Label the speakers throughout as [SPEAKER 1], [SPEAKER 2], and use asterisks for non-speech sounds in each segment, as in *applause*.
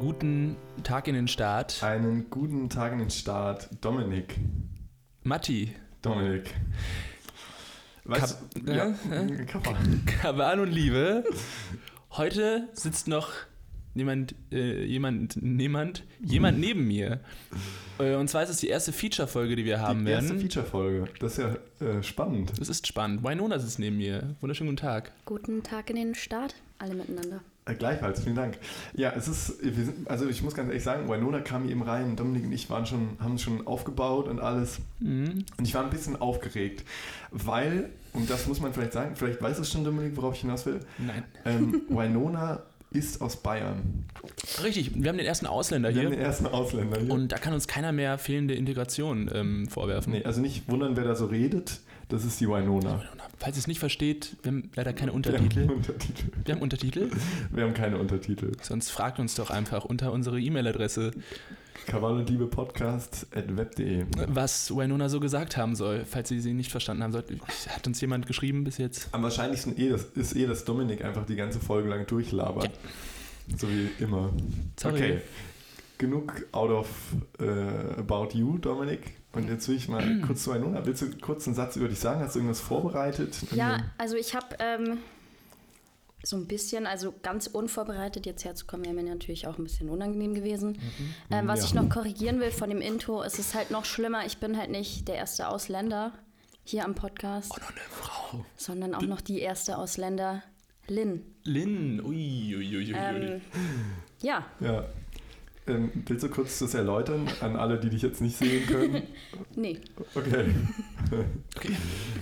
[SPEAKER 1] guten Tag in den Start.
[SPEAKER 2] Einen guten Tag in den Start, Dominik.
[SPEAKER 1] Matti,
[SPEAKER 2] Dominik.
[SPEAKER 1] Kap-
[SPEAKER 2] ja,
[SPEAKER 1] äh,
[SPEAKER 2] Kappa.
[SPEAKER 1] Kaban und Liebe. Heute sitzt noch jemand, äh, jemand, jemand,
[SPEAKER 2] *laughs*
[SPEAKER 1] jemand neben mir. Äh, Und zwar ist es die erste Feature-Folge, die wir haben
[SPEAKER 2] Die erste
[SPEAKER 1] werden.
[SPEAKER 2] Feature-Folge. Das ist ja äh, spannend.
[SPEAKER 1] Das ist spannend. Winona sitzt neben mir. Wunderschönen guten Tag.
[SPEAKER 3] Guten Tag in den Start, alle miteinander.
[SPEAKER 2] Äh, gleichfalls, vielen Dank. Ja, es ist, wir sind, also ich muss ganz ehrlich sagen, Winona kam hier eben rein, Dominik und ich waren schon, haben schon aufgebaut und alles.
[SPEAKER 1] Mhm.
[SPEAKER 2] Und ich war ein bisschen aufgeregt, weil, und das muss man vielleicht sagen, vielleicht weiß es schon Dominik, worauf ich hinaus will,
[SPEAKER 1] Nein. *laughs*
[SPEAKER 2] ähm, Winona ist aus Bayern.
[SPEAKER 1] Richtig, wir haben den ersten Ausländer
[SPEAKER 2] Wir haben
[SPEAKER 1] hier.
[SPEAKER 2] den ersten Ausländer hier.
[SPEAKER 1] Ah, Und da kann uns keiner mehr fehlende Integration ähm, vorwerfen.
[SPEAKER 2] nee, also nicht wundern, wer da so redet, das ist die
[SPEAKER 1] Winona,
[SPEAKER 2] Winona.
[SPEAKER 1] Falls ihr es nicht versteht, wir haben leider keine
[SPEAKER 2] Wir
[SPEAKER 1] Untertitel.
[SPEAKER 2] haben Untertitel.
[SPEAKER 1] Wir haben Untertitel.
[SPEAKER 2] Wir haben keine Untertitel.
[SPEAKER 1] Sonst fragt uns doch einfach unter unsere E-Mail-Adresse,
[SPEAKER 2] Krawall und Liebe Podcast at web.de.
[SPEAKER 1] was Winona so gesagt haben soll, falls sie sie nicht verstanden haben sollte. Hat uns jemand geschrieben bis jetzt?
[SPEAKER 2] Am wahrscheinlichsten eh das, ist eh, dass Dominik einfach die ganze Folge lang durchlabert. So wie immer.
[SPEAKER 1] Sorry.
[SPEAKER 2] Okay. Genug out of äh, about you, Dominik. Und jetzt will
[SPEAKER 1] *clears throat*
[SPEAKER 2] ich mal kurz zu Einuna. Willst du kurz einen Satz über dich sagen? Hast du irgendwas vorbereitet?
[SPEAKER 3] Ja, also ich habe ähm, so ein bisschen, also ganz unvorbereitet jetzt herzukommen, wäre mir natürlich auch ein bisschen unangenehm gewesen.
[SPEAKER 1] Mhm.
[SPEAKER 3] Ähm, was
[SPEAKER 2] Ja.
[SPEAKER 3] ich noch korrigieren will von dem Intro, es ist halt noch schlimmer, ich bin halt nicht der erste Ausländer hier am Podcast,
[SPEAKER 1] noch eine Frau.
[SPEAKER 3] sondern auch noch die erste Ausländerin.
[SPEAKER 1] Lynn. Ui, ui, ui, ui.
[SPEAKER 3] Ähm, ja,
[SPEAKER 2] Ja. Ähm, willst du kurz das erläutern an alle, die dich jetzt nicht sehen können?
[SPEAKER 3] nee.
[SPEAKER 2] Okay. *laughs*
[SPEAKER 1] Okay.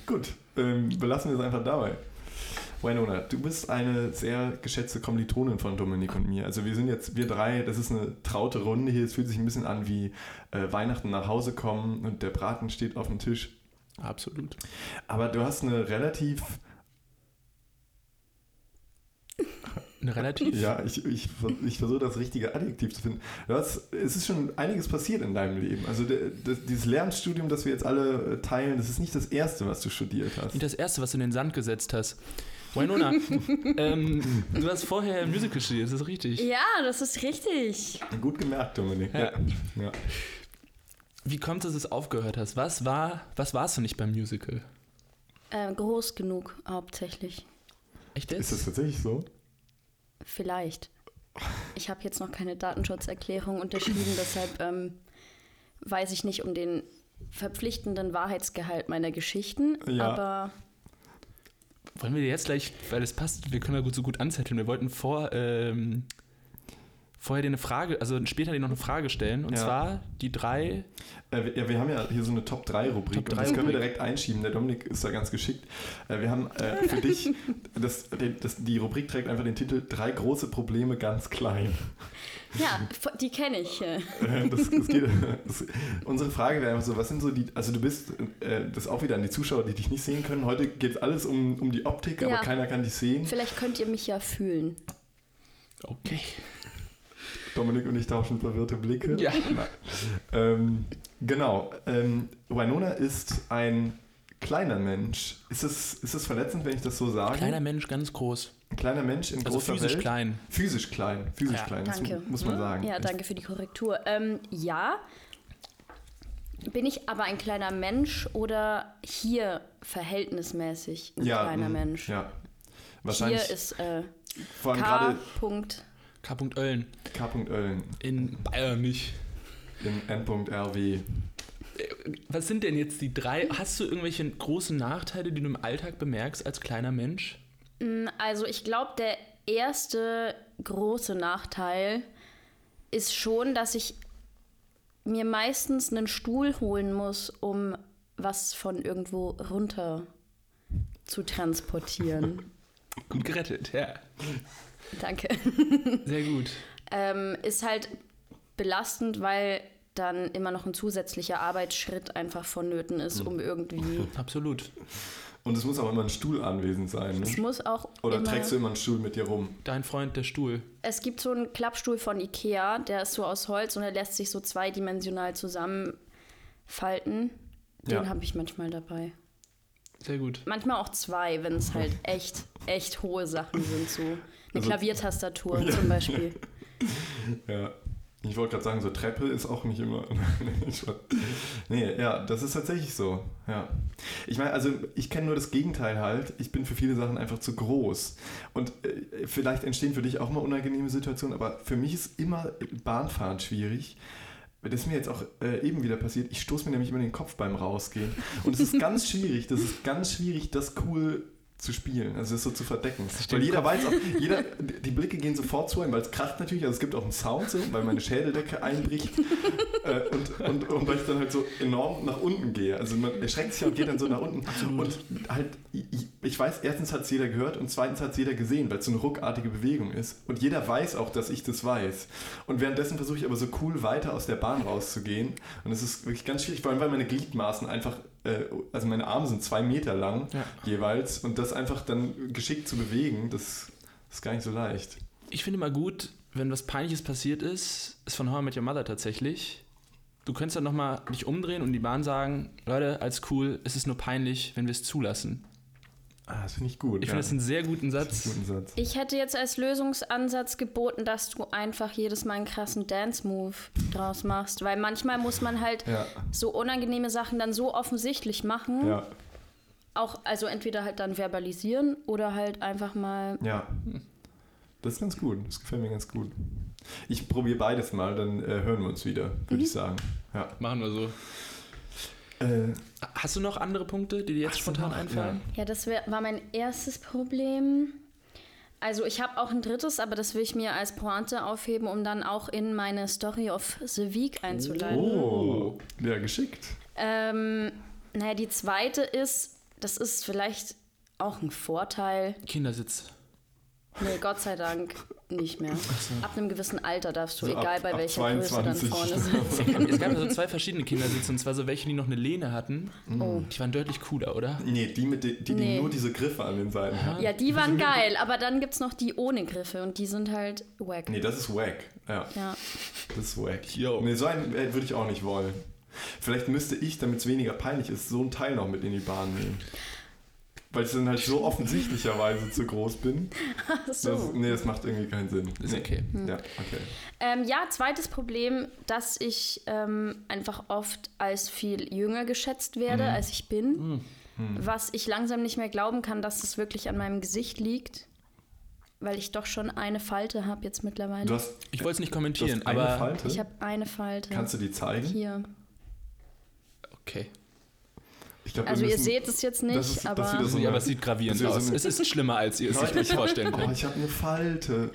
[SPEAKER 2] Gut, ähm, belassen wir es einfach dabei. Winona, du bist eine sehr geschätzte Kommilitonin von Dominik und mir. Also wir sind jetzt, wir drei, das ist eine traute Runde hier. Es fühlt sich ein bisschen an wie äh, Weihnachten nach Hause kommen und der Braten steht auf dem Tisch.
[SPEAKER 1] Absolut.
[SPEAKER 2] Aber du hast eine relativ,
[SPEAKER 1] Eine relativ. *laughs*
[SPEAKER 2] ja, ich, ich, ich versuche das richtige Adjektiv zu finden. Du hast, es ist schon einiges passiert in deinem Leben. Also der, das, dieses Lernstudium, das wir jetzt alle äh, teilen, das ist nicht das Erste, was du studiert hast.
[SPEAKER 1] Nicht das erste, was du in den Sand gesetzt hast. Winona, ähm, du hast vorher Musical studiert, das ist richtig.
[SPEAKER 3] Ja, das ist richtig.
[SPEAKER 2] Gut gemerkt, Dominik.
[SPEAKER 1] Ja.
[SPEAKER 2] ja.
[SPEAKER 1] Wie kommt es, dass du aufgehört hast? Was war, was warst du nicht beim Musical?
[SPEAKER 3] Äh, groß genug hauptsächlich.
[SPEAKER 1] Echt
[SPEAKER 2] Ist das
[SPEAKER 1] jetzt?
[SPEAKER 2] tatsächlich so?
[SPEAKER 3] Vielleicht. Ich habe jetzt noch keine Datenschutzerklärung unterschrieben, deshalb ähm, weiß ich nicht um den verpflichtenden Wahrheitsgehalt meiner Geschichten.
[SPEAKER 2] Ja.
[SPEAKER 3] Aber
[SPEAKER 1] Wollen wir dir jetzt gleich, weil das passt, wir können ja gut so gut anzetteln. Wir wollten vor, ähm, vorher dir eine Frage, also später dir noch eine Frage stellen. Und
[SPEAKER 2] Ja.
[SPEAKER 1] zwar die drei.
[SPEAKER 2] Äh, wir- ja, wir haben ja hier so eine Top 3 Rubrik
[SPEAKER 1] Top
[SPEAKER 2] und das
[SPEAKER 1] 3
[SPEAKER 2] können wir
[SPEAKER 1] Rubrik.
[SPEAKER 2] direkt einschieben. Der Dominik ist da ganz geschickt. Äh, wir haben äh,
[SPEAKER 1] *laughs*
[SPEAKER 2] für dich, das, den- das, die Rubrik trägt einfach den Titel Drei große Probleme ganz klein. *laughs*
[SPEAKER 3] ja, f- die kenne ich. äh.
[SPEAKER 2] Äh, Das, das geht, das, unsere Frage wäre einfach so, was sind so die, also du bist, äh, das auch wieder an die Zuschauer, die dich nicht sehen können. Heute geht alles um, um die Optik, aber
[SPEAKER 3] Ja.
[SPEAKER 2] keiner kann dich sehen.
[SPEAKER 3] Vielleicht könnt ihr mich ja fühlen.
[SPEAKER 1] Okay.
[SPEAKER 2] Dominik und ich tauschen verwirrte Blicke.
[SPEAKER 1] Ja.
[SPEAKER 2] Ähm, genau. Ähm, Winona ist ein kleiner Mensch. Ist es, ist es verletzend, wenn ich das so sage?
[SPEAKER 1] Kleiner Mensch, ganz groß.
[SPEAKER 2] ein kleiner Mensch in
[SPEAKER 1] Also
[SPEAKER 2] großer
[SPEAKER 1] physisch
[SPEAKER 2] Welt.
[SPEAKER 1] klein.
[SPEAKER 2] Physisch klein. Physisch
[SPEAKER 1] Ja,
[SPEAKER 2] klein, das
[SPEAKER 3] Danke.
[SPEAKER 2] mu- muss man
[SPEAKER 3] Hm?
[SPEAKER 2] sagen.
[SPEAKER 3] Ja, danke für die Korrektur. Ähm, ja. Bin ich aber ein kleiner Mensch oder hier verhältnismäßig ein
[SPEAKER 2] Ja,
[SPEAKER 3] kleiner
[SPEAKER 2] mh,
[SPEAKER 3] Mensch?
[SPEAKER 2] Ja. Wahrscheinlich.
[SPEAKER 3] Hier ist äh,
[SPEAKER 2] vor allem
[SPEAKER 3] K.
[SPEAKER 2] gerade
[SPEAKER 3] Punkt.
[SPEAKER 1] K. Oeln.
[SPEAKER 2] K.Ölln
[SPEAKER 1] In Bayern nicht.
[SPEAKER 2] in N.RW.
[SPEAKER 1] Was sind denn jetzt die drei? Hast du irgendwelche großen Nachteile, die du im Alltag bemerkst als kleiner Mensch?
[SPEAKER 3] Also ich glaube, der erste große Nachteil ist schon, dass ich mir meistens einen Stuhl holen muss, um was von irgendwo runter
[SPEAKER 2] *laughs*
[SPEAKER 3] zu transportieren.
[SPEAKER 1] Gut gerettet, ja.
[SPEAKER 3] Danke.
[SPEAKER 1] Sehr gut.
[SPEAKER 3] Ähm, ist halt belastend, weil dann immer noch ein zusätzlicher Arbeitsschritt einfach vonnöten ist,
[SPEAKER 2] Hm.
[SPEAKER 3] um irgendwie.
[SPEAKER 2] *laughs*
[SPEAKER 1] Absolut.
[SPEAKER 2] Und es muss auch immer ein Stuhl anwesend sein.
[SPEAKER 3] Es
[SPEAKER 2] Ne?
[SPEAKER 3] muss auch.
[SPEAKER 2] Oder
[SPEAKER 3] immer
[SPEAKER 2] trägst du immer einen Stuhl mit dir rum?
[SPEAKER 1] Dein Freund, der Stuhl.
[SPEAKER 3] Es gibt so einen Klappstuhl von Ikea, der ist so aus Holz und der lässt sich so zweidimensional zusammenfalten. Den
[SPEAKER 2] Ja.
[SPEAKER 3] habe ich manchmal dabei.
[SPEAKER 1] Sehr gut.
[SPEAKER 3] Manchmal auch zwei, wenn
[SPEAKER 2] *laughs*
[SPEAKER 3] es halt echt, echt hohe Sachen sind. So eine
[SPEAKER 2] Also- *laughs*
[SPEAKER 3] Klaviertastatur
[SPEAKER 2] Ja.
[SPEAKER 3] zum Beispiel.
[SPEAKER 2] Ja. Ich wollte gerade sagen, so Treppe ist auch nicht immer. *laughs* Nee, Spaß. nee, ja, das ist tatsächlich so. Ja. Ich meine, also ich kenne nur das Gegenteil halt. Ich bin für viele Sachen einfach zu groß. Und äh, vielleicht entstehen für dich auch mal unangenehme Situationen, aber für mich ist immer Bahnfahren schwierig. Das ist mir jetzt auch äh, eben wieder passiert. Ich stoße mir nämlich immer den Kopf beim Rausgehen. Und es ist ganz schwierig, das ist ganz schwierig, das cool zu spielen, also das so zu verdecken. Weil jeder weiß auch, jeder, die Blicke gehen sofort zu einem, weil es kracht natürlich, also es gibt auch einen Sound so, weil meine Schädeldecke einbricht äh, und, und, und weil ich dann halt so enorm nach unten gehe. Also man erschreckt sich und geht dann so nach unten. Und halt, ich, ich weiß, erstens hat es jeder gehört und zweitens hat es jeder gesehen, weil es so eine ruckartige Bewegung ist. Und jeder weiß auch, dass ich das weiß. Und währenddessen versuche ich aber so cool weiter aus der Bahn rauszugehen. Und es ist wirklich ganz schwierig, vor allem weil meine Gliedmaßen einfach äh, also meine Arme sind zwei Meter lang
[SPEAKER 1] Ja.
[SPEAKER 2] jeweils und das einfach dann geschickt zu bewegen, das ist gar nicht so leicht.
[SPEAKER 1] Ich finde mal gut, wenn was Peinliches passiert ist, ist von How I Met Your Mother tatsächlich. Du könntest dann nochmal dich umdrehen und die Bahn sagen, Leute, als cool, es ist nur peinlich, wenn wir es zulassen.
[SPEAKER 2] Ah, das finde ich gut.
[SPEAKER 1] Ich finde das einen sehr guten Satz.
[SPEAKER 2] guten Satz.
[SPEAKER 3] Ich hätte jetzt als Lösungsansatz geboten, dass du einfach jedes Mal einen krassen Dance-Move draus machst. Weil manchmal muss man halt
[SPEAKER 2] Ja,
[SPEAKER 3] so unangenehme Sachen dann so offensichtlich machen.
[SPEAKER 2] ja,
[SPEAKER 3] Auch, also entweder halt dann verbalisieren oder halt einfach mal.
[SPEAKER 2] ja. Das ist ganz gut. Das gefällt mir ganz gut. Ich probiere beides mal, dann äh, hören wir uns wieder, würde
[SPEAKER 3] Mhm.
[SPEAKER 2] ich sagen. Ja.
[SPEAKER 1] Machen wir so.
[SPEAKER 2] Äh,
[SPEAKER 1] Hast du noch andere Punkte, die dir jetzt
[SPEAKER 2] Hast du
[SPEAKER 1] spontan
[SPEAKER 2] noch?
[SPEAKER 1] einfallen?
[SPEAKER 3] Ja, das wär, war mein erstes Problem. Also ich habe auch ein drittes, aber das will ich mir als Pointe aufheben, um dann auch in meine Story of the Week einzuleiten.
[SPEAKER 2] oh, ja, geschickt.
[SPEAKER 3] Ähm, naja, die zweite ist, das ist vielleicht auch ein Vorteil.
[SPEAKER 1] Kindersitz.
[SPEAKER 3] Nee, Gott sei Dank
[SPEAKER 2] *laughs*
[SPEAKER 3] nicht mehr. Ab einem gewissen Alter darfst du,
[SPEAKER 2] So
[SPEAKER 3] egal
[SPEAKER 2] ab-
[SPEAKER 3] bei
[SPEAKER 2] ab
[SPEAKER 3] welcher Größe
[SPEAKER 2] 22.
[SPEAKER 3] dann vorne
[SPEAKER 2] *laughs*
[SPEAKER 3] sitzt.
[SPEAKER 1] Es gab ja so zwei verschiedene Kindersitze, und zwar so welche, die noch eine Lehne hatten.
[SPEAKER 2] Oh.
[SPEAKER 1] Die waren deutlich cooler, oder?
[SPEAKER 2] Nee, die mit den- die, die
[SPEAKER 3] Nee.
[SPEAKER 2] nur diese Griffe an den Seiten haben.
[SPEAKER 3] Ja, die waren geil, aber dann gibt's noch die ohne Griffe und die sind halt wack.
[SPEAKER 2] Nee, das ist wack. Ja.
[SPEAKER 3] Ja.
[SPEAKER 2] Das ist wack.
[SPEAKER 1] Yo.
[SPEAKER 2] Nee, so einen äh, würde ich auch nicht wollen. Vielleicht müsste ich, damit es weniger peinlich ist, so einen Teil noch mit in die Bahn nehmen. Weil ich dann halt
[SPEAKER 3] *laughs*
[SPEAKER 2] so offensichtlicherweise zu groß bin. Das,
[SPEAKER 3] So. Hm.
[SPEAKER 2] nee, das macht irgendwie keinen Sinn.
[SPEAKER 1] Ist
[SPEAKER 2] nee.
[SPEAKER 1] okay.
[SPEAKER 2] Ja, okay.
[SPEAKER 3] Ähm, ja, zweites Problem, dass ich ähm, einfach oft als viel jünger geschätzt werde,
[SPEAKER 2] Mhm.
[SPEAKER 3] als ich bin. Was ich langsam nicht mehr glauben kann, dass das wirklich an meinem Gesicht liegt. Weil ich doch schon eine Falte habe jetzt mittlerweile.
[SPEAKER 2] Du hast,
[SPEAKER 1] Ich wollte es nicht
[SPEAKER 2] du
[SPEAKER 1] kommentieren,
[SPEAKER 2] hast eine
[SPEAKER 1] aber.
[SPEAKER 2] Falte.
[SPEAKER 3] ich habe eine Falte.
[SPEAKER 2] Kannst du die zeigen?
[SPEAKER 3] Hier.
[SPEAKER 1] Okay.
[SPEAKER 2] Ich glaub, wir
[SPEAKER 3] Also ihr
[SPEAKER 2] müssen-
[SPEAKER 3] seht es jetzt nicht,
[SPEAKER 2] das ist- das
[SPEAKER 3] aber
[SPEAKER 2] sieht aus-
[SPEAKER 1] Also, ja, aber es sieht gravierend
[SPEAKER 2] Das wäre so
[SPEAKER 1] aus.
[SPEAKER 2] eine-
[SPEAKER 1] Es ist schlimmer, als ihr es sich nicht vorstellen
[SPEAKER 2] Oh, *laughs*
[SPEAKER 1] könnt.
[SPEAKER 2] ich habe eine Falte.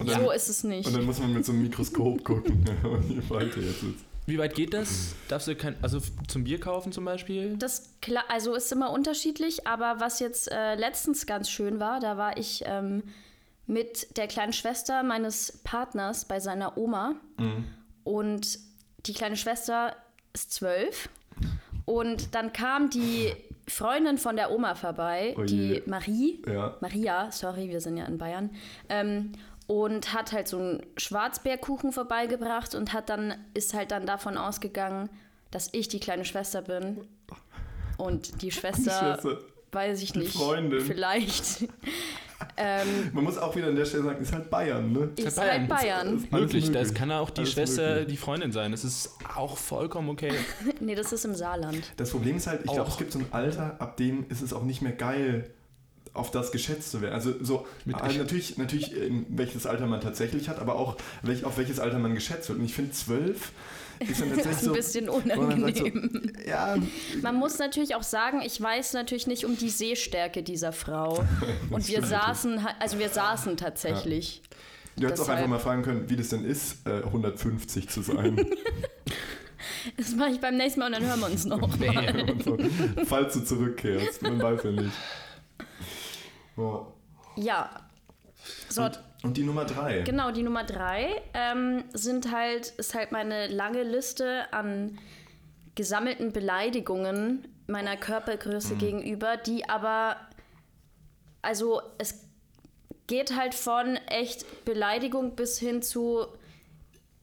[SPEAKER 2] Und dann,
[SPEAKER 3] so ist es nicht.
[SPEAKER 2] und dann muss man mit so einem Mikroskop gucken, *laughs* wo die Falte jetzt ist.
[SPEAKER 1] Wie weit geht das? Darfst du kein. Also f- zum Bier kaufen zum Beispiel?
[SPEAKER 3] Das kla- also ist immer unterschiedlich, aber was jetzt äh, letztens ganz schön war, da war ich ähm, mit der kleinen Schwester meines Partners bei seiner Oma
[SPEAKER 2] Mhm.
[SPEAKER 3] und die kleine Schwester ist zwölf und dann kam die Freundin von der Oma vorbei,
[SPEAKER 2] Oh je.
[SPEAKER 3] die Marie,
[SPEAKER 2] Ja.
[SPEAKER 3] Maria, sorry, wir sind ja in Bayern, ähm, und hat halt so einen Schwarzbärkuchen vorbeigebracht und hat dann, ist halt dann davon ausgegangen, dass ich die kleine Schwester bin. Und die Schwester,
[SPEAKER 2] Schwester.
[SPEAKER 3] weiß ich
[SPEAKER 2] Die
[SPEAKER 3] nicht.
[SPEAKER 2] Freundin.
[SPEAKER 3] Vielleicht. *laughs* ähm,
[SPEAKER 2] Man muss auch wieder an der Stelle sagen, ist halt Bayern, ne?
[SPEAKER 3] ist
[SPEAKER 1] Bayern.
[SPEAKER 3] halt Bayern.
[SPEAKER 2] Alles
[SPEAKER 1] Möglich,
[SPEAKER 2] möglich.
[SPEAKER 1] das kann auch die
[SPEAKER 2] Alles
[SPEAKER 1] Schwester,
[SPEAKER 2] möglich.
[SPEAKER 1] die Freundin sein. Das ist auch vollkommen okay.
[SPEAKER 3] Nee, das ist im Saarland.
[SPEAKER 2] Das Problem ist halt, ich glaube,
[SPEAKER 1] Auch.
[SPEAKER 2] es gibt so ein Alter, ab dem ist es auch nicht mehr geil, auf das geschätzt zu werden. Also so, also natürlich, natürlich, in welches Alter man tatsächlich hat, aber auch welch, auf welches Alter man geschätzt wird. Und ich finde, zwölf ist
[SPEAKER 3] *laughs*
[SPEAKER 2] dann tatsächlich
[SPEAKER 3] Das ist
[SPEAKER 2] so,
[SPEAKER 3] ein bisschen
[SPEAKER 2] wo man sagt so,
[SPEAKER 3] unangenehm.
[SPEAKER 2] ja,
[SPEAKER 3] Man muss natürlich auch sagen, ich weiß natürlich nicht um die Sehstärke dieser Frau. Und wir saßen, ha- also wir saßen tatsächlich.
[SPEAKER 2] du hättest auch
[SPEAKER 3] Deshalb-
[SPEAKER 2] einfach mal fragen können, wie das denn ist, äh, 150 zu sein.
[SPEAKER 3] *laughs* Das mache ich beim nächsten Mal und dann hören wir uns noch.
[SPEAKER 2] Und so, falls du zurückkehrst, man weiß ja nicht. Ja.
[SPEAKER 3] Ja. So,
[SPEAKER 2] Und, und die Nummer drei.
[SPEAKER 3] genau, die Nummer drei ähm, sind halt, ist halt meine lange Liste an gesammelten Beleidigungen meiner
[SPEAKER 2] Mhm.
[SPEAKER 3] Körpergröße gegenüber, die aber, also es geht halt von echt Beleidigung bis hin zu,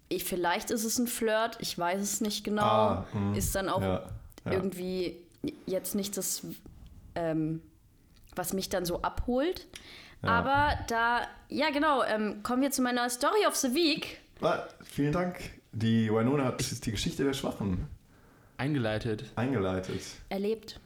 [SPEAKER 3] ich, vielleicht ist es ein Flirt, ich weiß es nicht genau,
[SPEAKER 2] Ah, mm,
[SPEAKER 3] ist dann auch
[SPEAKER 2] ja, ja.
[SPEAKER 3] irgendwie jetzt nicht das, ähm, was mich dann so abholt. Aber da, ja genau, ähm, kommen wir zu meiner Story of the Week.
[SPEAKER 2] Ah, vielen Dank. Die Winona hat die Geschichte der Schwachen
[SPEAKER 1] Eingeleitet.
[SPEAKER 2] eingeleitet.
[SPEAKER 3] Erlebt.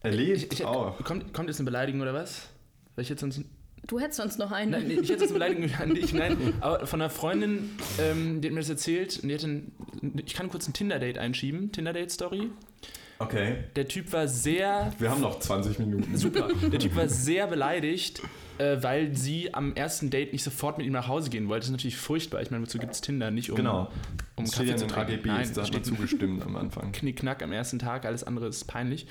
[SPEAKER 2] Erlebt
[SPEAKER 1] Ich, ich,
[SPEAKER 2] auch.
[SPEAKER 1] kommt, kommt jetzt eine Beleidigung oder was? Weil ich jetzt sonst
[SPEAKER 3] Du hättest uns noch einen.
[SPEAKER 1] Nein, nee, ich hätte das
[SPEAKER 3] *laughs*
[SPEAKER 1] beleidigt *laughs* an dich, nein. Aber von einer Freundin, ähm, die hat mir das erzählt, und die hat ein, ich kann kurz ein Tinder-Date einschieben, Tinder-Date-Story.
[SPEAKER 2] Okay,
[SPEAKER 1] Der Typ war sehr,
[SPEAKER 2] wir haben noch 20 Minuten.
[SPEAKER 1] super, der Typ war sehr beleidigt, äh, weil sie am ersten Date nicht sofort mit ihm nach Hause gehen wollte. Das ist natürlich furchtbar. Ich meine, wozu gibt es Tinder? Nicht um,
[SPEAKER 2] Genau.
[SPEAKER 1] um
[SPEAKER 2] Es steht
[SPEAKER 1] Kaffee
[SPEAKER 2] ja in
[SPEAKER 1] zu
[SPEAKER 2] den
[SPEAKER 1] trinken.
[SPEAKER 2] AGBs,
[SPEAKER 1] Nein,
[SPEAKER 2] da hat man
[SPEAKER 1] steht
[SPEAKER 2] zugestimmt am Anfang.
[SPEAKER 1] Knickknack am ersten Tag, alles andere ist peinlich.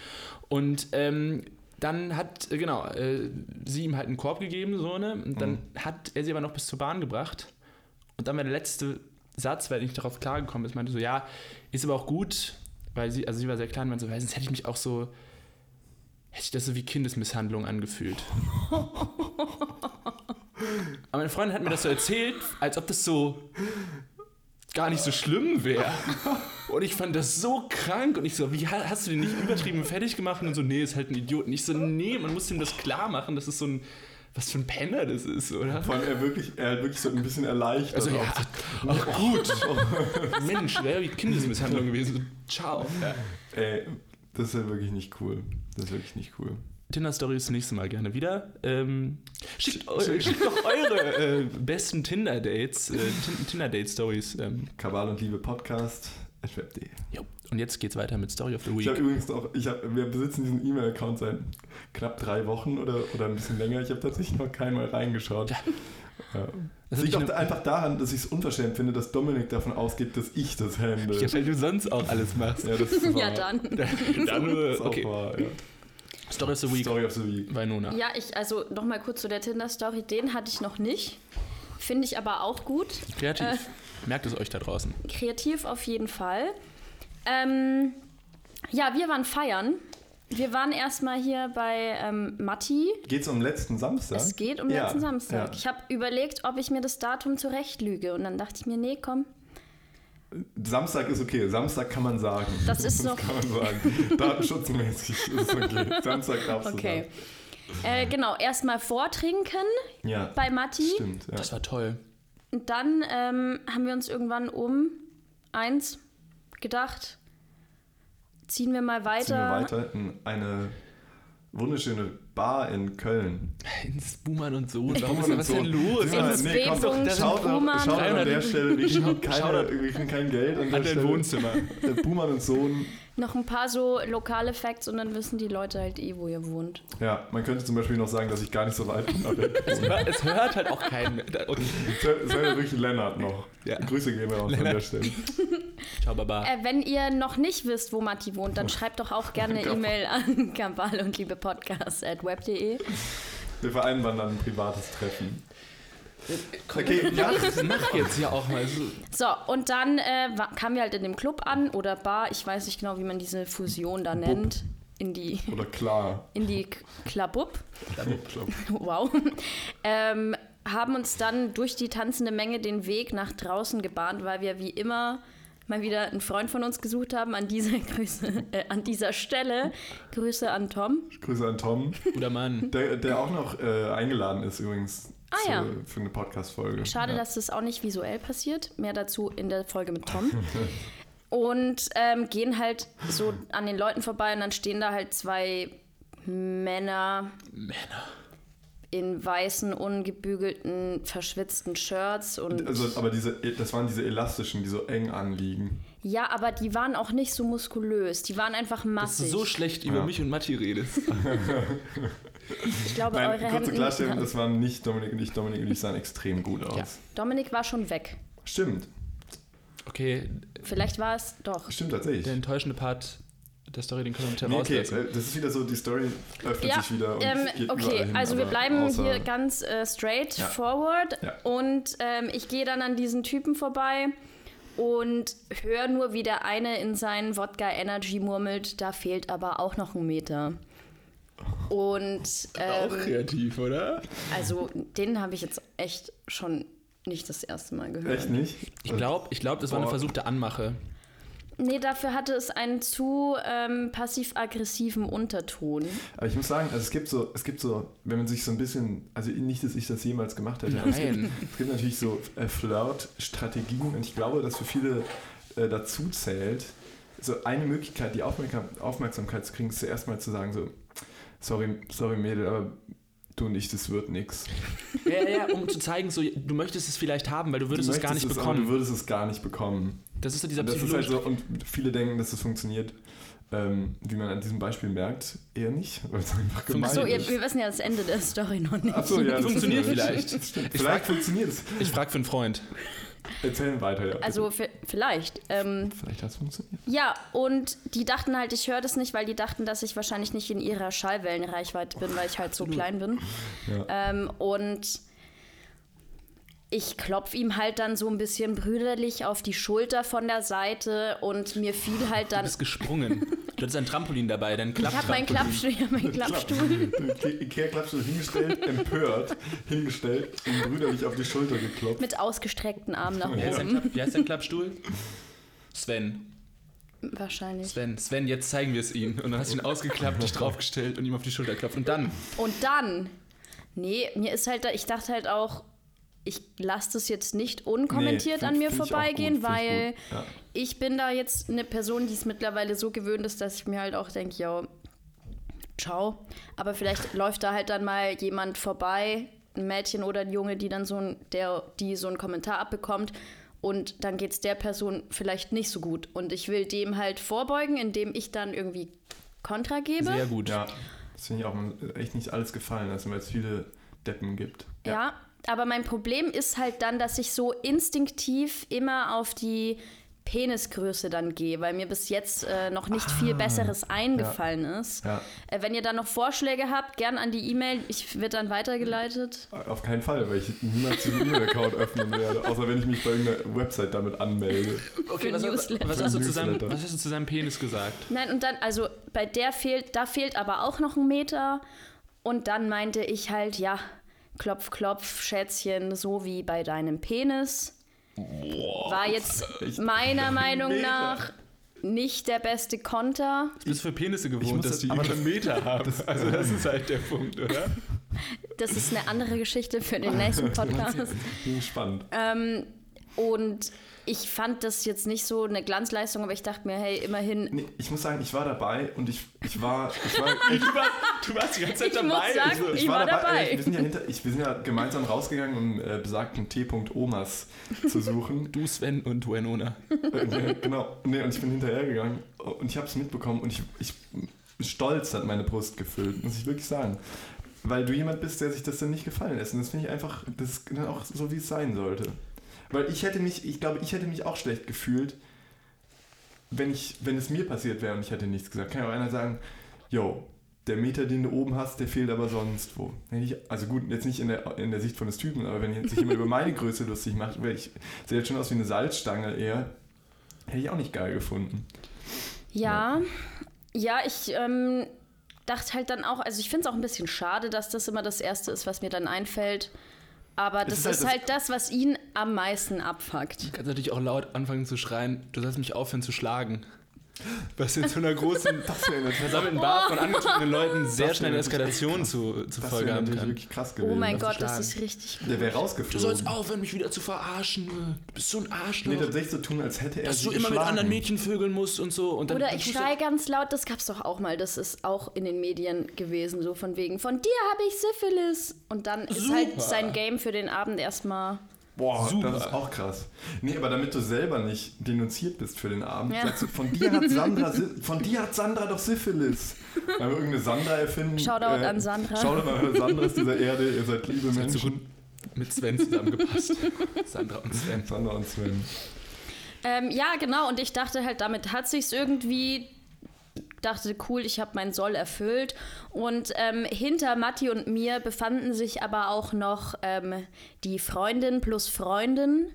[SPEAKER 1] Und ähm, dann hat, äh, genau, äh, sie ihm halt einen Korb gegeben, so, ne? Und dann hat er sie aber noch bis zur Bahn gebracht. Und dann war der letzte Satz, weil ich nicht darauf klargekommen ist, meinte so, ja, ist aber auch gut, weil sie, also sie war sehr klein, meinte so, weil sonst hätte ich mich auch so, hätte ich das so wie Kindesmisshandlung angefühlt. aber meine Freundin hat mir das so erzählt, als ob das so gar nicht so schlimm wäre. Und ich fand das so krank und ich so, wie ha- hast du den nicht übertrieben fertig gemacht? Und so, nee, ist halt ein Idiot. Und ich so, nee, man muss ihm das klar machen, das ist so ein, was für ein Penner das ist, oder?
[SPEAKER 2] Vor allem er wirklich, er hat wirklich so ein bisschen erleichtert.
[SPEAKER 1] Also ja,
[SPEAKER 2] auch.
[SPEAKER 1] ach gut. Mensch, wäre wie Kindesmisshandlung gewesen. Ciao.
[SPEAKER 2] Ey, das ist ja wirklich nicht cool. Das ist wirklich nicht cool.
[SPEAKER 1] Tinder-Story ist das nächste Mal gerne wieder. Ähm, schickt, eu schickt doch eure äh, besten Tinder-Dates, äh, Tin- Tinder-Date-Stories. Ähm.
[SPEAKER 2] Kabal und Liebe Podcast. at web.de.
[SPEAKER 1] jo. Und jetzt geht's weiter mit Story of the
[SPEAKER 2] Ich habe
[SPEAKER 1] Week.
[SPEAKER 2] übrigens auch, ich hab, wir besitzen diesen E-Mail-Account seit knapp drei Wochen oder, oder ein bisschen länger. Ich habe tatsächlich noch keinmal reingeschaut.
[SPEAKER 1] Ja.
[SPEAKER 2] Ja.
[SPEAKER 1] Das
[SPEAKER 2] Das
[SPEAKER 1] hat
[SPEAKER 2] liegt
[SPEAKER 1] mich
[SPEAKER 2] auch einfach daran, dass ich es unverschämt finde, dass Dominik davon ausgeht, dass ich das handle.
[SPEAKER 1] Ja, weil du sonst auch alles machst.
[SPEAKER 2] das ist
[SPEAKER 3] *laughs* ja,
[SPEAKER 2] wahr. *laughs*
[SPEAKER 3] dann.
[SPEAKER 1] *laughs* Dann, äh,
[SPEAKER 2] Das ist auch
[SPEAKER 1] okay.
[SPEAKER 2] wahr, ja.
[SPEAKER 1] Story of the Week.
[SPEAKER 2] Story of the Week.
[SPEAKER 1] Winona.
[SPEAKER 3] Ja, ich, also nochmal kurz zu der Tinder-Story. Den hatte ich noch nicht. Finde ich aber auch gut.
[SPEAKER 1] Kreativ.
[SPEAKER 3] äh.
[SPEAKER 1] Merkt es euch da draußen.
[SPEAKER 3] kreativ auf jeden Fall. Ähm, ja, wir waren feiern. Wir waren erstmal hier bei ähm, Matti.
[SPEAKER 2] Geht's um letzten Samstag?
[SPEAKER 3] Es geht um
[SPEAKER 2] Ja,
[SPEAKER 3] letzten Samstag.
[SPEAKER 2] ja.
[SPEAKER 3] Ich habe überlegt, ob ich mir das Datum zurechtlüge. Und dann dachte ich mir, nee, komm.
[SPEAKER 2] Samstag ist okay. Samstag kann man sagen. *laughs*
[SPEAKER 3] Das ist noch-
[SPEAKER 2] kann man sagen. Datenschutzmäßig ist es okay. Samstag darfst du
[SPEAKER 3] Okay. Äh, genau, erstmal vortrinken
[SPEAKER 2] sagen. Ja.
[SPEAKER 3] bei Matti.
[SPEAKER 2] Stimmt, ja.
[SPEAKER 1] Das war toll.
[SPEAKER 3] Und dann ähm, haben wir uns irgendwann um eins gedacht, ziehen wir mal weiter.
[SPEAKER 2] Ziehen wir weiter in eine wunderschöne Bar in Köln.
[SPEAKER 1] Ins Buhmann und Sohn. Warum ist
[SPEAKER 2] Buhmann
[SPEAKER 1] da
[SPEAKER 2] und
[SPEAKER 1] was
[SPEAKER 2] so.
[SPEAKER 1] denn los?
[SPEAKER 2] Sind wir-
[SPEAKER 3] Ins
[SPEAKER 2] komm,
[SPEAKER 3] B-Punkt,
[SPEAKER 2] Schaut
[SPEAKER 3] Buhmann.
[SPEAKER 2] schaut an der
[SPEAKER 1] 300.
[SPEAKER 2] Stelle, wir kriegen, keine,
[SPEAKER 1] Shoutout.
[SPEAKER 2] wir kriegen kein Geld. An, der
[SPEAKER 1] dein
[SPEAKER 2] Stelle.
[SPEAKER 1] Wohnzimmer.
[SPEAKER 2] Äh, Buhmann und Sohn.
[SPEAKER 3] Noch ein paar so lokale Facts und dann wissen die Leute halt eh, wo ihr wohnt.
[SPEAKER 2] Ja, man könnte zum Beispiel noch sagen, dass ich gar nicht so weit bin.
[SPEAKER 1] *laughs*
[SPEAKER 2] Aber
[SPEAKER 1] Es hört, es hört halt auch keinen mehr. *laughs* Okay.
[SPEAKER 2] es wäre wirklich Lennart noch.
[SPEAKER 1] Ja.
[SPEAKER 2] Grüße gehen raus an der Stelle.
[SPEAKER 1] Ciao, Baba.
[SPEAKER 3] Äh, wenn ihr noch nicht wisst, wo Matti
[SPEAKER 2] *laughs*
[SPEAKER 3] wohnt, dann schreibt doch auch gerne eine
[SPEAKER 2] Kampal.
[SPEAKER 3] E-Mail an kampal und liebepodcast.web.de.
[SPEAKER 2] Wir vereinbaren dann ein privates Treffen.
[SPEAKER 1] okay, ja. Mach jetzt ja auch mal so.
[SPEAKER 3] So, und dann äh, wa- kamen wir halt in dem Club an oder Bar, ich weiß nicht genau, wie man diese Fusion da nennt, in die,
[SPEAKER 2] Oder klar.
[SPEAKER 3] in die K- Klabub.
[SPEAKER 2] Ich glaub,
[SPEAKER 3] *laughs* Wow. Ähm, haben uns dann durch die tanzende Menge den Weg nach draußen gebahnt, weil wir wie immer mal wieder einen Freund von uns gesucht haben an dieser *laughs* Grüße, äh, an dieser Stelle. Grüße an Tom.
[SPEAKER 2] Grüße an Tom,
[SPEAKER 1] Guter Mann.
[SPEAKER 2] der, der auch noch äh, eingeladen ist übrigens
[SPEAKER 3] Ah,
[SPEAKER 2] zu,
[SPEAKER 3] ja.
[SPEAKER 2] für eine Podcast-Folge.
[SPEAKER 3] Schade,
[SPEAKER 2] ja.
[SPEAKER 3] dass das auch nicht visuell passiert. Mehr dazu in der Folge
[SPEAKER 2] *laughs*
[SPEAKER 3] mit Tom. Und ähm, gehen halt so an den Leuten vorbei und dann stehen da halt zwei Männer
[SPEAKER 1] Männer.
[SPEAKER 3] in weißen, ungebügelten, verschwitzten Shirts und
[SPEAKER 2] Also, aber diese, das waren diese elastischen, die so eng anliegen.
[SPEAKER 3] ja, aber die waren auch nicht so muskulös. Die waren
[SPEAKER 1] Dass
[SPEAKER 3] einfach
[SPEAKER 1] du
[SPEAKER 3] massig.
[SPEAKER 1] so schlecht über
[SPEAKER 2] Ja.
[SPEAKER 1] mich und Matti redest.
[SPEAKER 3] ich glaube,
[SPEAKER 2] Nein,
[SPEAKER 3] eure
[SPEAKER 2] kurze
[SPEAKER 3] Hemden. *laughs*
[SPEAKER 2] Klarstellung, das waren nicht Dominik und ich. Dominik und ich sahen extrem gut aus.
[SPEAKER 1] Ja.
[SPEAKER 3] Dominik war schon weg.
[SPEAKER 2] Stimmt,
[SPEAKER 1] Okay,
[SPEAKER 3] Vielleicht war es doch.
[SPEAKER 2] stimmt tatsächlich.
[SPEAKER 1] der enttäuschende Part der Story, den können wir mit
[SPEAKER 2] Nee, okay,
[SPEAKER 1] herauslassen.
[SPEAKER 2] äh, das ist wieder so, die Story öffnet
[SPEAKER 3] Ja,
[SPEAKER 2] sich wieder. Und
[SPEAKER 3] ähm,
[SPEAKER 2] geht überall
[SPEAKER 3] okay,
[SPEAKER 2] hin,
[SPEAKER 3] also wir
[SPEAKER 2] aber
[SPEAKER 3] bleiben
[SPEAKER 2] außer-
[SPEAKER 3] hier ganz äh, straight
[SPEAKER 2] Ja.
[SPEAKER 3] forward
[SPEAKER 2] Ja.
[SPEAKER 3] und ähm, ich gehe dann an diesen Typen vorbei und höre nur, wie der eine in seinen Wodka Energy murmelt, da fehlt aber auch noch ein Meter.
[SPEAKER 2] *laughs*
[SPEAKER 3] Und ähm,
[SPEAKER 1] kreativ, oder?
[SPEAKER 3] also den habe ich jetzt echt schon nicht das erste Mal gehört.
[SPEAKER 2] Echt nicht?
[SPEAKER 1] Ich glaube, ich glaub, das war eine
[SPEAKER 2] Boah.
[SPEAKER 1] versuchte Anmache.
[SPEAKER 3] Nee, dafür hatte es einen zu ähm, passiv-aggressiven Unterton.
[SPEAKER 2] Aber ich muss sagen, also es gibt so, es gibt so, wenn man sich so ein bisschen, also nicht, dass ich das jemals gemacht
[SPEAKER 1] *laughs*
[SPEAKER 2] hätte, aber es gibt,
[SPEAKER 1] Nein.
[SPEAKER 2] es gibt natürlich so äh, Flirt-Strategien und ich glaube, dass für viele äh, dazu zählt, so eine Möglichkeit, die Aufmerksam Aufmerksamkeit zu kriegen, ist zuerst mal zu sagen, so, sorry, sorry Mädel, aber du und ich, das wird nix.
[SPEAKER 1] Ja, ja, um zu zeigen, so, du möchtest es vielleicht haben, weil du würdest
[SPEAKER 2] Du
[SPEAKER 1] es gar
[SPEAKER 2] möchtest
[SPEAKER 1] nicht
[SPEAKER 2] es, aber Du
[SPEAKER 1] bekommen.
[SPEAKER 2] würdest es gar nicht bekommen.
[SPEAKER 1] Das ist so dieser
[SPEAKER 2] das ist halt
[SPEAKER 1] psychologische.
[SPEAKER 2] so, und viele denken, dass es funktioniert. Ähm, wie man an diesem Beispiel merkt, eher nicht, weil es einfach gemein
[SPEAKER 3] Achso, ihr,
[SPEAKER 2] ist.
[SPEAKER 3] wir wissen ja das Ende der Story noch nicht.
[SPEAKER 2] Achso, ja. das
[SPEAKER 1] Funktioniert
[SPEAKER 2] stimmt.
[SPEAKER 1] vielleicht.
[SPEAKER 2] Das
[SPEAKER 3] *laughs*
[SPEAKER 2] stimmt.
[SPEAKER 1] Ich
[SPEAKER 2] Vielleicht funktioniert es.
[SPEAKER 1] ich frage für einen Freund.
[SPEAKER 2] Erzählen weiter, ja.
[SPEAKER 3] Also vi- vielleicht. Ähm,
[SPEAKER 2] Vielleicht hat es funktioniert.
[SPEAKER 3] ja, und die dachten halt, ich höre das nicht, weil die dachten, dass ich wahrscheinlich nicht in ihrer Schallwellenreichweite bin, weil ich halt so klein bin.
[SPEAKER 2] Ja.
[SPEAKER 3] Ähm, und ich klopfe ihm halt dann so ein bisschen brüderlich auf die Schulter von der Seite und mir fiel halt
[SPEAKER 1] Du
[SPEAKER 3] dann.
[SPEAKER 1] bist gesprungen. Du hattest ein Trampolin dabei, dann
[SPEAKER 3] Ich habe meinen
[SPEAKER 1] klappt
[SPEAKER 3] Klappstuhl, *laughs* ja, meinen Klappstuhl.
[SPEAKER 2] Ikea-Klappstuhl hingestellt, empört, hingestellt und brüderlich auf die Schulter geklopft.
[SPEAKER 3] Mit ausgestreckten Armen nach
[SPEAKER 1] Wie heißt der
[SPEAKER 3] oben.
[SPEAKER 1] Klapp- wie heißt der Klappstuhl? Sven.
[SPEAKER 3] Wahrscheinlich.
[SPEAKER 1] Sven. Sven, jetzt zeigen wir es ihm. Und dann hast du ihn ausgeklappt, dich draufgestellt und ihm auf die Schulter geklopft. Und dann.
[SPEAKER 3] Und dann, nee, mir ist halt, da- ich dachte halt auch, ich lasse das jetzt nicht unkommentiert
[SPEAKER 2] Nee,
[SPEAKER 3] an mir
[SPEAKER 2] find- find ich auch
[SPEAKER 3] vorbeigehen,
[SPEAKER 2] gut, find ich
[SPEAKER 3] weil
[SPEAKER 2] gut, ja.
[SPEAKER 3] ich bin da jetzt eine Person, die es mittlerweile so gewöhnt ist, dass ich mir halt auch denke, ja, ciao. Aber vielleicht läuft da halt dann mal jemand vorbei, ein Mädchen oder ein Junge, die dann so ein, der, die so einen Kommentar abbekommt. Und dann geht es der Person vielleicht nicht so gut. Und ich will dem halt vorbeugen, indem ich dann irgendwie Kontra gebe.
[SPEAKER 1] Sehr gut.
[SPEAKER 2] Ja, das finde ich auch man- echt nicht alles gefallen lassen, weil es viele Deppen gibt.
[SPEAKER 3] Ja. aber mein Problem ist halt dann, dass ich so instinktiv immer auf die Penisgröße dann gehe, weil mir bis jetzt äh, noch nicht viel Besseres eingefallen ist.
[SPEAKER 2] Ja.
[SPEAKER 3] Äh, wenn ihr da noch Vorschläge habt, gern an die E-Mail. Ich wird dann weitergeleitet.
[SPEAKER 2] Auf keinen Fall, weil ich niemals diesen E-Mail-Account öffnen werde, außer wenn ich mich bei irgendeiner Website damit anmelde.
[SPEAKER 1] Okay,
[SPEAKER 3] Für
[SPEAKER 1] was,
[SPEAKER 3] Newsletter.
[SPEAKER 1] was, hast du
[SPEAKER 2] Für
[SPEAKER 1] zu seinem,
[SPEAKER 2] Newsletter.
[SPEAKER 1] was hast du zu seinem Penis gesagt?
[SPEAKER 3] Nein, und dann, also bei der fehlt, da fehlt aber auch noch ein Meter. Und dann meinte ich halt, ja, klopf, klopf, Schätzchen, so wie bei deinem Penis. War jetzt
[SPEAKER 2] echt
[SPEAKER 3] meiner Meinung
[SPEAKER 2] Meter.
[SPEAKER 3] nach nicht der beste Konter.
[SPEAKER 1] Bist du für Penisse
[SPEAKER 2] muss
[SPEAKER 1] gewohnt, dass
[SPEAKER 2] das-
[SPEAKER 1] die
[SPEAKER 2] aber
[SPEAKER 1] über einen Meter haben? also das ist halt der Punkt,
[SPEAKER 3] *laughs*
[SPEAKER 1] oder?
[SPEAKER 3] Das ist eine andere Geschichte für den
[SPEAKER 2] *laughs*
[SPEAKER 3] nächsten Podcast.
[SPEAKER 2] Bin gespannt.
[SPEAKER 3] ähm, und ich fand das jetzt nicht so eine Glanzleistung, aber ich dachte mir, hey, immerhin.
[SPEAKER 2] Nee, ich muss sagen, ich war dabei und ich, ich war. Ich
[SPEAKER 3] *laughs*
[SPEAKER 2] war
[SPEAKER 1] Du warst, du warst die ganze Zeit
[SPEAKER 3] Ich muss
[SPEAKER 1] dabei.
[SPEAKER 3] sagen-
[SPEAKER 1] also-
[SPEAKER 3] Ich war dabei.
[SPEAKER 2] Äh, wir, sind ja hinter, ich, wir sind ja gemeinsam rausgegangen, um äh, besagten T-Punkt Omas zu suchen.
[SPEAKER 1] Du, Sven und Wenona.
[SPEAKER 2] Äh, nee, genau. Nee, und ich bin hinterhergegangen und ich habe es mitbekommen und ich, ich Stolz hat meine Brust gefüllt, muss ich wirklich sagen. Weil du jemand bist, der sich das dann nicht gefallen lässt. Und das finde ich einfach, das ist dann auch so, wie es sein sollte. Weil ich hätte mich, ich glaube, ich hätte mich auch schlecht gefühlt, wenn, ich, wenn es mir passiert wäre und ich hätte nichts gesagt. Kann ja auch einer sagen, yo, der Meter, den du oben hast, der fehlt aber sonst wo. Hätte ich, also gut, jetzt nicht in der, in der Sicht von des Typen, aber wenn jetzt sich jemand über meine Größe lustig macht, wäre ich, sehe jetzt schon aus wie eine Salzstange eher, hätte ich auch nicht geil gefunden.
[SPEAKER 3] Ja, ja, ich ähm, dachte halt dann auch, also ich finde es auch ein bisschen schade, dass das immer das Erste ist, was mir dann einfällt. Aber das
[SPEAKER 2] ist
[SPEAKER 3] ist,
[SPEAKER 2] halt das-
[SPEAKER 3] halt das, was ihn am meisten abfuckt.
[SPEAKER 1] Du kannst natürlich auch laut anfangen zu schreien, du sollst mich aufhören zu schlagen. Was in so einer *laughs* großen,
[SPEAKER 2] Das wäre natürlich,
[SPEAKER 1] versammelten Bar von angetriebenen Leuten sehr
[SPEAKER 2] Das
[SPEAKER 1] schnell eine
[SPEAKER 2] wäre
[SPEAKER 1] Eskalation zu, zu
[SPEAKER 2] das
[SPEAKER 1] Folge
[SPEAKER 2] wäre
[SPEAKER 1] haben
[SPEAKER 2] natürlich
[SPEAKER 1] kann.
[SPEAKER 2] wirklich krass gewesen.
[SPEAKER 3] Oh mein
[SPEAKER 1] das
[SPEAKER 3] Gott,
[SPEAKER 1] ist
[SPEAKER 3] das
[SPEAKER 1] stark.
[SPEAKER 3] ist richtig gut.
[SPEAKER 2] Der wäre rausgeflogen.
[SPEAKER 1] Du sollst aufhören, mich wieder zu verarschen. Du bist so ein Arschloch.
[SPEAKER 2] Nee, tatsächlich also so tun, als hätte er
[SPEAKER 1] dass
[SPEAKER 2] sie
[SPEAKER 1] du immer mit
[SPEAKER 2] geschlagen.
[SPEAKER 1] anderen Mädchen vögeln musst und so. Und dann,
[SPEAKER 3] Oder
[SPEAKER 1] dann
[SPEAKER 3] ich
[SPEAKER 1] tust du-
[SPEAKER 3] schreie ganz laut, das gab's doch auch mal, das ist auch in den Medien gewesen, so von wegen, von dir habe ich Syphilis. Und dann ist
[SPEAKER 1] Super.
[SPEAKER 3] halt sein Game für den Abend erstmal.
[SPEAKER 2] Boah,
[SPEAKER 1] Super.
[SPEAKER 2] das ist auch krass. Nee, aber damit du selber nicht denunziert bist für den Abend,
[SPEAKER 3] Ja.
[SPEAKER 2] sagst du, von dir, hat Sandra, Sy- von dir hat Sandra doch Syphilis. Weil wir irgendeine Sandra erfinden. Äh,
[SPEAKER 3] Shoutout an Sandra.
[SPEAKER 2] Shoutout an Sandra ist dieser Erde, ihr seid liebe
[SPEAKER 1] Das hat so gut
[SPEAKER 2] Menschen.
[SPEAKER 1] mit Sven
[SPEAKER 2] *laughs*
[SPEAKER 1] zusammengepasst. Sandra und Sven.
[SPEAKER 2] Sandra und Sven.
[SPEAKER 3] Ähm, ja, genau, und ich dachte halt, damit hat sich's irgendwie. Dachte, cool, ich habe meinen Soll erfüllt. Und ähm, hinter Matti und mir befanden sich aber auch noch ähm, die Freundin plus Freundin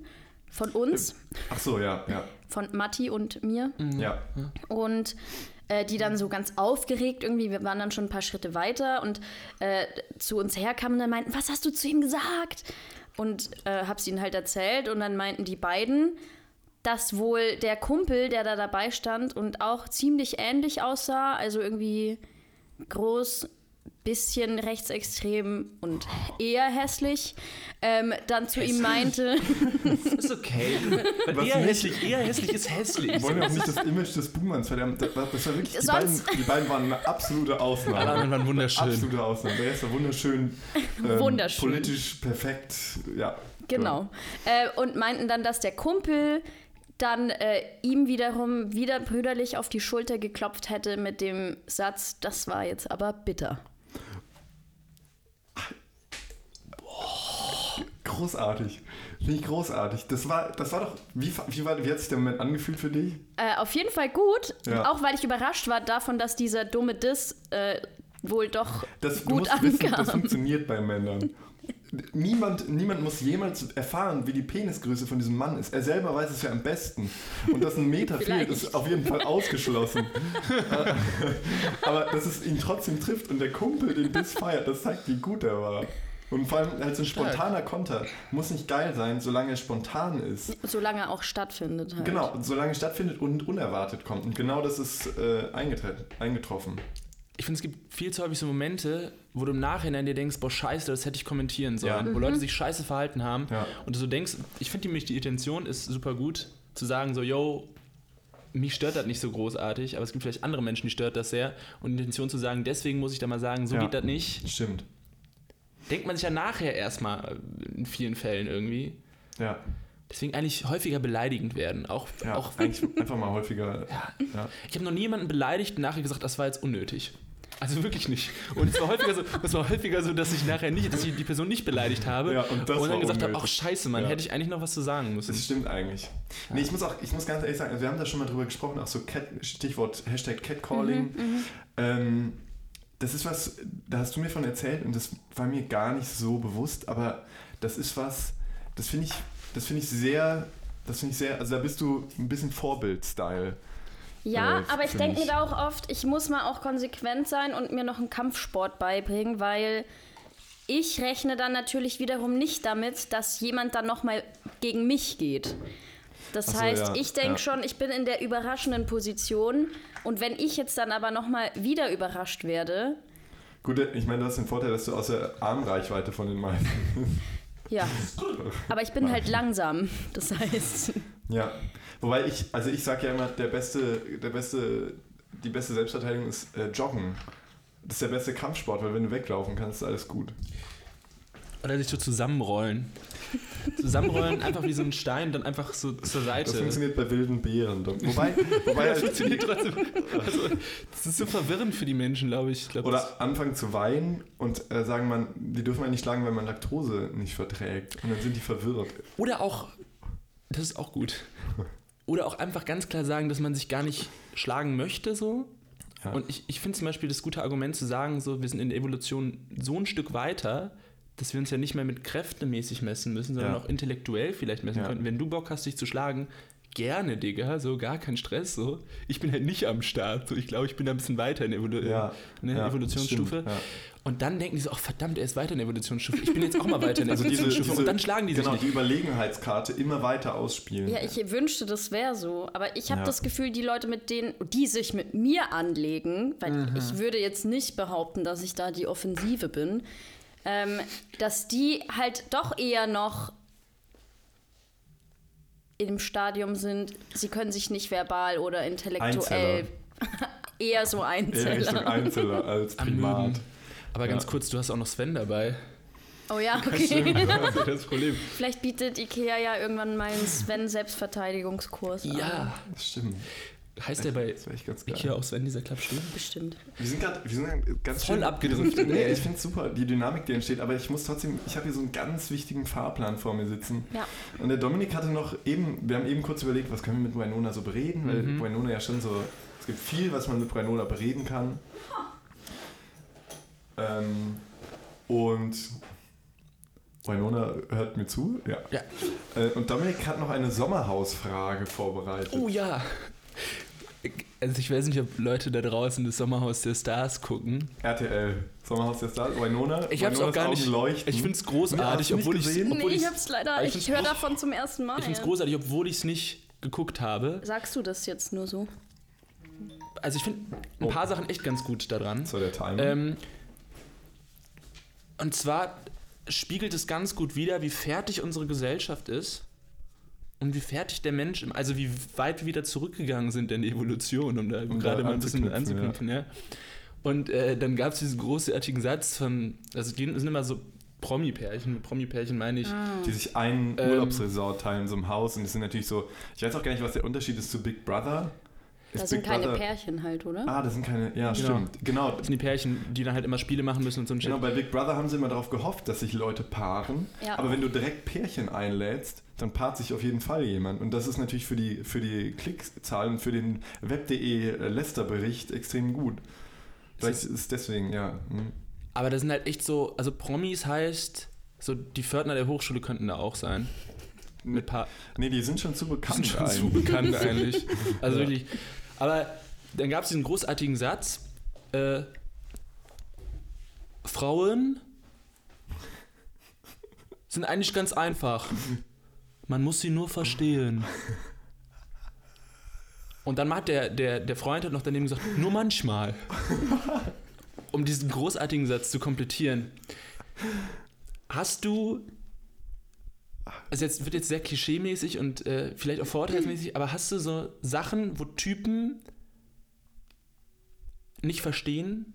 [SPEAKER 3] von uns,
[SPEAKER 2] Ach so, ja, ja.
[SPEAKER 3] von Matti und mir.
[SPEAKER 1] Mhm.
[SPEAKER 2] ja.
[SPEAKER 3] und äh, die dann so ganz aufgeregt irgendwie, wir waren dann schon ein paar Schritte weiter und äh, zu uns herkamen und dann meinten, was hast du zu ihm gesagt? Und äh, hab's ihnen halt erzählt und dann meinten die beiden, dass wohl der Kumpel, der da dabei stand und auch ziemlich ähnlich aussah, also irgendwie groß, bisschen rechtsextrem und eher hässlich, ähm, dann zu ihm meinte,
[SPEAKER 1] Ist okay.
[SPEAKER 2] Was
[SPEAKER 1] eher
[SPEAKER 2] nicht-
[SPEAKER 1] hässlich, eher hässlich ist hässlich.
[SPEAKER 2] Wir wollen ja auch nicht das Image des Buhmanns verderben. Das war das war wirklich, die beiden,
[SPEAKER 3] Sonst-
[SPEAKER 2] die beiden waren eine absolute
[SPEAKER 1] Alle
[SPEAKER 2] Ausnahme.
[SPEAKER 1] anderen waren wunderschön.
[SPEAKER 2] Absolute Ausnahme. Der erste war
[SPEAKER 3] *laughs*
[SPEAKER 2] wunderschön, ähm,
[SPEAKER 3] Wunderschön.
[SPEAKER 2] politisch perfekt, ja.
[SPEAKER 3] Genau. Äh, und meinten dann, dass der Kumpel dann äh, ihm wiederum wieder brüderlich auf die Schulter geklopft hätte mit dem Satz, das war jetzt aber bitter.
[SPEAKER 2] Großartig. Finde ich großartig. Das war, das war doch, wie, wie, war, wie hat sich der Moment angefühlt für dich?
[SPEAKER 3] Äh, auf jeden Fall gut,
[SPEAKER 2] Ja.
[SPEAKER 3] auch weil ich überrascht war davon, dass dieser dumme Diss äh, wohl doch
[SPEAKER 2] Das, du
[SPEAKER 3] gut
[SPEAKER 2] musst wissen, das
[SPEAKER 3] ankam.
[SPEAKER 2] funktioniert bei Männern. Niemand, niemand muss jemals erfahren, wie die Penisgröße von diesem Mann ist. Er selber weiß es ja am besten. Und dass ein Meter fehlt, ist
[SPEAKER 3] Vielleicht.
[SPEAKER 2] auf jeden Fall ausgeschlossen. Aber dass es ihn trotzdem trifft und der Kumpel den Biss feiert, das zeigt, wie gut er war. Und vor allem halt so ein spontaner Konter muss nicht geil sein, solange er spontan ist.
[SPEAKER 3] Solange er auch stattfindet. Halt.
[SPEAKER 2] Genau, solange es stattfindet und unerwartet kommt. Und genau das ist äh, eingetre- eingetroffen.
[SPEAKER 1] Ich finde, es gibt viel zu häufig so Momente, wo du im Nachhinein dir denkst, boah, scheiße, das hätte ich kommentieren sollen.
[SPEAKER 2] Ja.
[SPEAKER 1] Wo Leute sich scheiße verhalten haben.
[SPEAKER 2] Ja.
[SPEAKER 1] Und du so denkst, ich finde nämlich die Intention ist super gut, zu sagen so, yo, mich stört das nicht so großartig, aber es gibt vielleicht andere Menschen, die stört das sehr. Und die Intention zu sagen, deswegen muss ich da mal sagen, so
[SPEAKER 2] Ja.
[SPEAKER 1] geht das nicht.
[SPEAKER 2] Stimmt.
[SPEAKER 1] Denkt man sich ja nachher erstmal in vielen Fällen irgendwie.
[SPEAKER 2] Ja.
[SPEAKER 1] Deswegen eigentlich häufiger beleidigend werden. Auch,
[SPEAKER 2] Ja,
[SPEAKER 1] auch
[SPEAKER 2] eigentlich einfach mal häufiger. *laughs* Ja.
[SPEAKER 1] Ich habe noch nie jemanden beleidigt und nachher gesagt, das war jetzt unnötig. Also wirklich nicht. Und es war häufiger so, es war häufiger so dass ich nachher nicht, dass ich die Person nicht beleidigt habe
[SPEAKER 2] Ja, und das war
[SPEAKER 1] dann gesagt habe,
[SPEAKER 2] unnötig.
[SPEAKER 1] ach scheiße, Mann,
[SPEAKER 2] Ja.
[SPEAKER 1] hätte ich eigentlich noch was zu sagen müssen.
[SPEAKER 2] Das stimmt eigentlich. Nee, ich muss auch, ich muss ganz ehrlich sagen, also wir haben da schon mal drüber gesprochen, auch so Cat, Stichwort Hashtag Catcalling. ähm, das ist was, da hast du mir von erzählt und das war mir gar nicht so bewusst, aber das ist was, das finde ich, das finde ich sehr, das finde ich sehr, also da bist du ein bisschen Vorbild-Style.
[SPEAKER 3] Ja,
[SPEAKER 2] Äh,
[SPEAKER 3] aber ich
[SPEAKER 2] für
[SPEAKER 3] denke mir
[SPEAKER 2] mich.
[SPEAKER 3] da auch oft, ich muss mal auch konsequent sein und mir noch einen Kampfsport beibringen, weil ich rechne dann natürlich wiederum nicht damit, dass jemand dann nochmal gegen mich geht. Das
[SPEAKER 2] Ach so,
[SPEAKER 3] heißt,
[SPEAKER 2] ja,
[SPEAKER 3] ich denke
[SPEAKER 2] ja.
[SPEAKER 3] schon, ich bin in der überraschenden Position und wenn ich jetzt dann aber nochmal wieder überrascht werde,
[SPEAKER 2] Gut, ich meine, du hast den Vorteil, dass du aus der Armreichweite von den meisten.
[SPEAKER 3] ja,
[SPEAKER 2] *laughs*
[SPEAKER 3] aber ich bin halt langsam. Das heißt,
[SPEAKER 2] Ja, wobei ich, also ich sage ja immer, der beste, der beste, die beste Selbstverteidigung ist äh, Joggen. Das ist der beste Kampfsport, weil wenn du weglaufen kannst, ist alles gut.
[SPEAKER 1] Oder sich so zusammenrollen. Zusammenrollen, einfach wie so ein Stein, dann einfach so zur
[SPEAKER 2] Das
[SPEAKER 1] Seite.
[SPEAKER 2] funktioniert bei wilden Bären. Wobei, *laughs* wobei
[SPEAKER 1] Das
[SPEAKER 2] halt,
[SPEAKER 1] funktioniert trotzdem. Also, das ist so verwirrend für die Menschen, glaube ich. ich glaub, das-
[SPEAKER 2] oder anfangen zu weinen und äh, sagen, man, die dürfen man nicht schlagen, weil man Laktose nicht verträgt. Und dann sind
[SPEAKER 1] *laughs*
[SPEAKER 2] die verwirrt.
[SPEAKER 1] Oder auch, das ist auch gut. Oder auch einfach ganz klar sagen, dass man sich gar nicht schlagen möchte, so.
[SPEAKER 2] Ja.
[SPEAKER 1] Und ich, ich finde zum Beispiel das gute Argument zu sagen, so, wir sind in der Evolution so ein Stück weiter, dass wir uns ja nicht mehr mit Kräften mäßig messen müssen, sondern
[SPEAKER 2] Ja.
[SPEAKER 1] auch intellektuell vielleicht messen
[SPEAKER 2] Ja.
[SPEAKER 1] könnten. Wenn du Bock hast, dich zu schlagen, gerne, Digga, so gar kein Stress, so. Ich bin halt nicht am Start, so. Ich glaube, ich bin da ein bisschen weiter in der Evolu
[SPEAKER 2] Ja,
[SPEAKER 1] ne,
[SPEAKER 2] ja,
[SPEAKER 1] Evolutionsstufe.
[SPEAKER 2] stimmt, ja.
[SPEAKER 1] Und dann denken die so, ach verdammt, er ist weiter in der Evolutionsstufe. Ich bin jetzt auch mal weiter in der Evolutionsstufe. und dann schlagen die sich
[SPEAKER 2] Also genau,
[SPEAKER 1] nicht.
[SPEAKER 2] die Überlegenheitskarte immer weiter ausspielen.
[SPEAKER 3] ja, ich wünschte, das wäre so. Aber ich habe
[SPEAKER 2] Ja.
[SPEAKER 3] das Gefühl, die Leute, mit denen, die sich mit mir anlegen, weil
[SPEAKER 1] Mhm.
[SPEAKER 3] ich würde jetzt nicht behaupten, dass ich da die Offensive bin, ähm, dass die halt doch eher noch im Stadium sind, sie können sich nicht verbal oder intellektuell *laughs* eher so
[SPEAKER 2] Eher Richtung
[SPEAKER 3] einzeln.
[SPEAKER 2] Einzeller als Primat.
[SPEAKER 1] Amöben. Aber ganz
[SPEAKER 2] Ja.
[SPEAKER 1] kurz, du hast auch noch Sven dabei.
[SPEAKER 3] Oh ja, okay.
[SPEAKER 1] Das ist ja das Problem.
[SPEAKER 3] Vielleicht bietet Ikea ja irgendwann mal einen Sven-Selbstverteidigungskurs an.
[SPEAKER 1] Ja.
[SPEAKER 2] Das stimmt.
[SPEAKER 1] Ah, Heißt der bei
[SPEAKER 2] Das wäre echt ganz geil.
[SPEAKER 1] Ikea auch Sven, dieser Klappstuhl?
[SPEAKER 3] Bestimmt.
[SPEAKER 2] Wir sind gerade, wir sind grad ganz
[SPEAKER 1] Voll
[SPEAKER 2] schön-
[SPEAKER 1] abgedriftet,
[SPEAKER 2] wir sind-
[SPEAKER 1] ey.
[SPEAKER 2] Nee, ich finde es super, die Dynamik, die entsteht, aber ich muss trotzdem, ich habe hier so einen ganz wichtigen Fahrplan vor mir sitzen.
[SPEAKER 3] Ja.
[SPEAKER 2] Und der Dominik hatte noch eben, wir haben eben kurz überlegt, was können wir mit Winona so bereden, weil
[SPEAKER 1] Mhm.
[SPEAKER 2] Winona ja schon so, es gibt viel, was man mit Winona bereden kann. Ähm, und Winona hört mir zu, ja.
[SPEAKER 1] Ja.
[SPEAKER 2] Äh, Und Dominik hat noch eine Sommerhausfrage vorbereitet.
[SPEAKER 1] Oh ja. Also ich weiß nicht, ob Leute da draußen das Sommerhaus der Stars gucken.
[SPEAKER 2] RTL, Sommerhaus der Stars, Winona,
[SPEAKER 1] Ich hab's auch
[SPEAKER 2] Winonas
[SPEAKER 1] gar
[SPEAKER 2] Augen
[SPEAKER 1] nicht.
[SPEAKER 2] leuchten.
[SPEAKER 1] Ich find's
[SPEAKER 2] Ja, hast
[SPEAKER 1] großartig,
[SPEAKER 2] du nicht
[SPEAKER 1] obwohl ich
[SPEAKER 2] gesehen?
[SPEAKER 1] obwohl
[SPEAKER 3] Nee, ich
[SPEAKER 1] ich's-
[SPEAKER 3] hab's leider,
[SPEAKER 1] ich
[SPEAKER 3] ich,
[SPEAKER 1] find's
[SPEAKER 3] höre
[SPEAKER 1] groß-
[SPEAKER 3] davon zum ersten Mal.
[SPEAKER 1] ich find's großartig, obwohl ich es nicht geguckt habe.
[SPEAKER 3] Sagst du das jetzt nur so?
[SPEAKER 1] Also ich finde ein
[SPEAKER 2] Oh.
[SPEAKER 1] paar Sachen echt ganz gut daran.
[SPEAKER 2] Das war der Timing.
[SPEAKER 1] Ähm, und zwar spiegelt es ganz gut wider, wie fertig unsere Gesellschaft ist und wie fertig der Mensch, im- also wie weit wir wieder zurückgegangen sind in die Evolution, um da
[SPEAKER 2] Um da
[SPEAKER 1] gerade mal ein bisschen
[SPEAKER 2] anzuknüpfen,
[SPEAKER 1] anzuknüpfen. Ja. Und äh, dann gab es diesen großartigen Satz von, also die sind immer so Promi-Pärchen, mit Promi-Pärchen meine ich,
[SPEAKER 3] Mhm.
[SPEAKER 2] die sich einen
[SPEAKER 1] ähm,
[SPEAKER 2] Urlaubsresort teilen, so im Haus. Und es sind natürlich so, ich weiß auch gar nicht, was der Unterschied ist zu Big Brother. Ist
[SPEAKER 3] Das sind
[SPEAKER 2] Big
[SPEAKER 3] keine
[SPEAKER 2] Brother-
[SPEAKER 3] Pärchen halt, oder?
[SPEAKER 2] Ah, das sind keine, ja,
[SPEAKER 1] Genau.
[SPEAKER 2] stimmt. Genau.
[SPEAKER 1] das sind die Pärchen, die dann halt immer Spiele machen müssen und so ein Shit.
[SPEAKER 2] Genau, bei Big Brother haben sie immer darauf gehofft, dass sich Leute paaren.
[SPEAKER 3] Ja.
[SPEAKER 2] Aber wenn du direkt Pärchen einlädst, dann paart sich auf jeden Fall jemand. Und das ist natürlich für die, für die Klickzahlen, für den web.de äh, Lester-Bericht extrem gut. Vielleicht ist es deswegen, ja. hm.
[SPEAKER 1] Aber das sind halt echt so, also Promis heißt, so die Fördner der Hochschule könnten da auch sein. Mit paar
[SPEAKER 2] Nee, die sind schon zu
[SPEAKER 1] sind
[SPEAKER 2] bekannt.
[SPEAKER 1] schon zu
[SPEAKER 2] eigentlich. *laughs*
[SPEAKER 1] bekannt eigentlich. Also
[SPEAKER 2] Ja.
[SPEAKER 1] wirklich. Aber dann gab es diesen großartigen Satz: äh, Frauen sind eigentlich ganz einfach. Man muss sie nur verstehen. Und dann hat der, der, der Freund hat noch daneben gesagt, nur manchmal. Um diesen großartigen Satz zu komplettieren. Hast du also jetzt wird jetzt sehr klischee-mäßig und äh, vielleicht auch vorurteilsmäßig, aber hast du so Sachen, wo Typen nicht verstehen,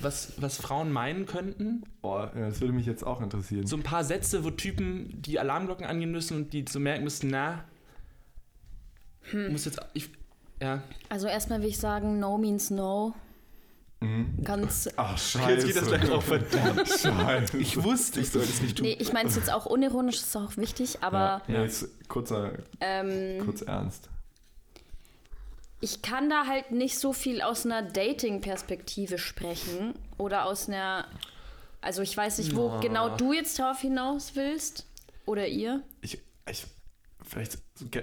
[SPEAKER 1] was, was Frauen meinen könnten?
[SPEAKER 2] Boah, ja, das würde mich jetzt auch interessieren.
[SPEAKER 1] So ein paar Sätze, wo Typen die Alarmglocken angehen müssen und die so merken müssen, na, muss jetzt, ich, ja.
[SPEAKER 3] Also erstmal will ich sagen, no means no.
[SPEAKER 1] Mhm. *laughs*
[SPEAKER 3] Ganz.
[SPEAKER 2] Ach, scheiße.
[SPEAKER 1] verdammt.
[SPEAKER 2] Scheiße.
[SPEAKER 1] Ich wusste, ich sollte es nicht tun.
[SPEAKER 3] Nee, ich meine es jetzt auch unironisch, ist auch wichtig, aber
[SPEAKER 2] ja, nee, jetzt kurzer,
[SPEAKER 3] ähm,
[SPEAKER 2] kurz ernst.
[SPEAKER 3] ich kann da halt nicht so viel aus einer Dating-Perspektive sprechen oder aus einer. Also ich weiß nicht, wo
[SPEAKER 1] Na.
[SPEAKER 3] genau du jetzt drauf hinaus willst oder ihr.
[SPEAKER 2] Ich, ich, vielleicht,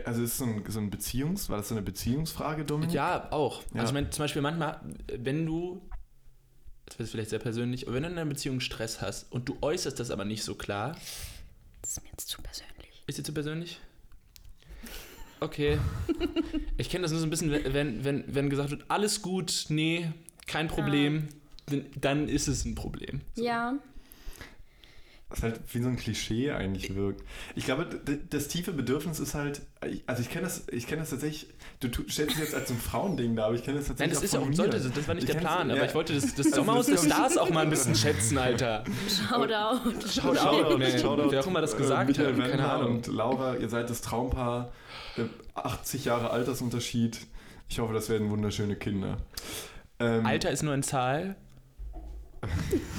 [SPEAKER 2] also ist es so ein, so ein Beziehungs, war das so eine Beziehungsfrage, Dominik?
[SPEAKER 1] Ja, auch.
[SPEAKER 2] Ja.
[SPEAKER 1] Also ich meine, zum Beispiel manchmal, wenn du, das wird vielleicht sehr persönlich, aber wenn du in einer Beziehung Stress hast und du äußerst das aber nicht so klar,
[SPEAKER 3] Das ist mir jetzt zu persönlich.
[SPEAKER 1] Ist dir zu persönlich? *laughs* Okay. ich kenne das nur so ein bisschen, wenn, wenn, wenn gesagt wird, alles gut, nee, kein Problem, dann- dann ist es ein Problem. *laughs*
[SPEAKER 3] Ja,
[SPEAKER 2] Was halt wie so ein Klischee eigentlich wirkt. Ich glaube, d- das tiefe Bedürfnis ist halt, also ich kenne das, ich kenne das tatsächlich, du tu- stellst es jetzt als so ein Frauending da, aber ich kenne das
[SPEAKER 1] Nein,
[SPEAKER 2] tatsächlich
[SPEAKER 1] das ist ja
[SPEAKER 2] von
[SPEAKER 1] auch,
[SPEAKER 2] mir.
[SPEAKER 1] sollte, so, das war nicht
[SPEAKER 2] Ich
[SPEAKER 1] der
[SPEAKER 2] kenn's-
[SPEAKER 1] Plan,
[SPEAKER 2] ja.
[SPEAKER 1] aber ich wollte das, das
[SPEAKER 2] Also,
[SPEAKER 1] Sommerhaus der
[SPEAKER 2] das glaub ich-
[SPEAKER 1] Stars auch mal ein *laughs* bisschen schätzen, Alter.
[SPEAKER 3] shout out.
[SPEAKER 1] Shoutout, nee. Wer auch immer das gesagt
[SPEAKER 2] Michael
[SPEAKER 1] hat, keine
[SPEAKER 2] Wendler
[SPEAKER 1] Ahnung.
[SPEAKER 2] Äh, Und Laura, ihr seid das Traumpaar, äh, 80 Jahre Altersunterschied. Ich hoffe, das werden wunderschöne Kinder. Ähm,
[SPEAKER 1] Alter ist nur eine Zahl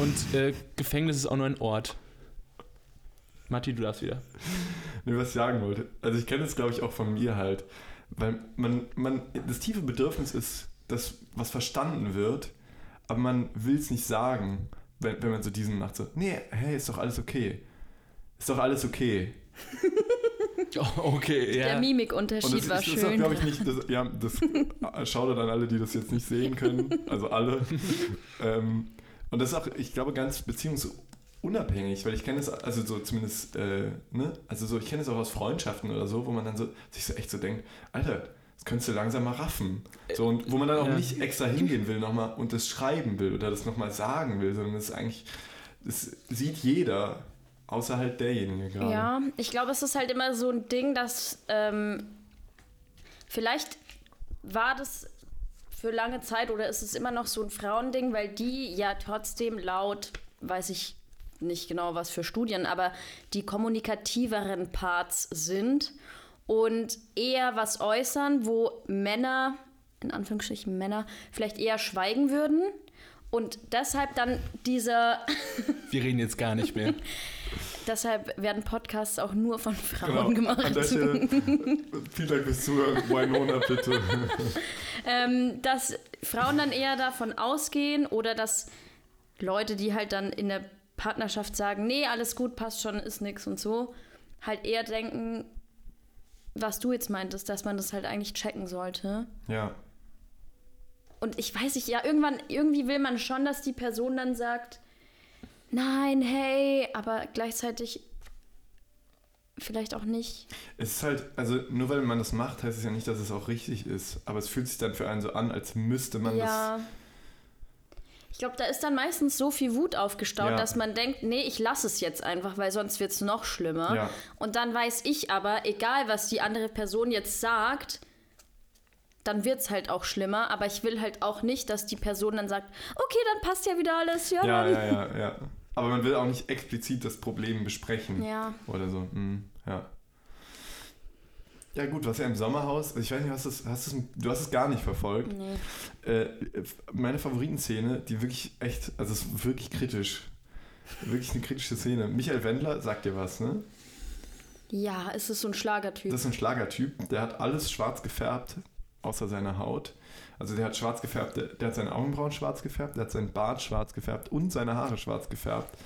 [SPEAKER 1] und äh, Gefängnis ist auch nur ein Ort. Matti, du darfst wieder.
[SPEAKER 2] Nee, was ich sagen wollte. Also ich kenne es, glaube ich, auch von mir halt. Weil man, man, das tiefe Bedürfnis ist, dass was verstanden wird, aber man will es nicht sagen, wenn, wenn man so diesen macht, so, nee, hey, ist doch alles okay. Ist doch alles okay.
[SPEAKER 1] *laughs* okay, ja.
[SPEAKER 3] Der Mimikunterschied
[SPEAKER 2] das
[SPEAKER 3] war
[SPEAKER 2] ist, ist doch,
[SPEAKER 3] schön.
[SPEAKER 2] glaube ich, nicht, das, äh, ja, das schaudert an alle, die das jetzt nicht sehen können, also
[SPEAKER 3] *laughs*
[SPEAKER 2] alle. ähm, und das ist auch, ich glaube, ganz beziehungsunabhängig, weil ich kenne es, also so zumindest, äh, ne, also so, ich kenne es auch aus Freundschaften oder so, wo man dann so, sich so echt so denkt, Alter, das könntest du langsam mal raffen. So, und wo man dann auch
[SPEAKER 1] Ja.
[SPEAKER 2] nicht extra hingehen will nochmal und das schreiben will oder das nochmal sagen will, sondern das ist eigentlich, das sieht jeder, außer halt derjenige gerade.
[SPEAKER 3] Ja, ich glaube, es ist halt immer so ein Ding, dass ähm, vielleicht war das für lange Zeit oder ist es immer noch so ein Frauending, weil die ja trotzdem laut, weiß ich nicht genau was für Studien, aber die kommunikativeren Parts sind und eher was äußern, wo Männer, in Anführungsstrichen Männer, vielleicht eher schweigen würden und deshalb dann dieser
[SPEAKER 1] Wir reden jetzt gar nicht mehr.
[SPEAKER 3] Deshalb werden Podcasts auch nur von Frauen
[SPEAKER 2] Genau. An der
[SPEAKER 3] gemacht. *laughs*
[SPEAKER 2] Stelle, vielen Dank fürs Zuhören. Winona, bitte.
[SPEAKER 3] Ähm, dass Frauen dann eher davon ausgehen oder dass Leute, die halt dann in der Partnerschaft sagen, nee, alles gut, passt schon, ist nix und so, halt eher denken, was du jetzt meintest, dass man das halt eigentlich checken sollte.
[SPEAKER 2] Ja.
[SPEAKER 3] Und ich weiß nicht, ja, irgendwann, irgendwie will man schon, dass die Person dann sagt, nein, hey, aber gleichzeitig vielleicht auch nicht.
[SPEAKER 2] Es ist halt, also nur weil man das macht, heißt es ja nicht, dass es auch richtig ist. Aber es fühlt sich dann für einen so an, als müsste man
[SPEAKER 3] ja. Ich glaube, da ist dann meistens so viel Wut aufgestaut,
[SPEAKER 2] Ja.
[SPEAKER 3] dass man denkt, nee, ich lasse es jetzt einfach, weil sonst wird es noch schlimmer.
[SPEAKER 2] Ja.
[SPEAKER 3] Und dann weiß ich aber, egal was die andere Person jetzt sagt, dann wird es halt auch schlimmer. Aber ich will halt auch nicht, dass die Person dann sagt, okay, dann passt ja wieder alles. Ja,
[SPEAKER 2] das. Ja,
[SPEAKER 3] dann.
[SPEAKER 2] ja, ja, ja. Aber man will auch nicht explizit das Problem besprechen.
[SPEAKER 3] Ja.
[SPEAKER 2] Oder so. Mhm. Ja. Ja gut, was ja im Sommerhaus, also ich weiß nicht, hast du's, hast du's, du hast es gar nicht verfolgt.
[SPEAKER 3] Nee.
[SPEAKER 2] Äh, meine Favoritenszene, die wirklich echt, also es ist wirklich kritisch. Wirklich eine kritische Szene. Michael Wendler, sagt dir was, ne?
[SPEAKER 3] ja, es ist so ein Schlagertyp.
[SPEAKER 2] Das ist ein Schlagertyp, der hat alles schwarz gefärbt, außer seiner Haut. Also der hat schwarz gefärbt, der, der hat seine Augenbrauen schwarz gefärbt, der hat seinen Bart schwarz gefärbt und seine Haare schwarz gefärbt.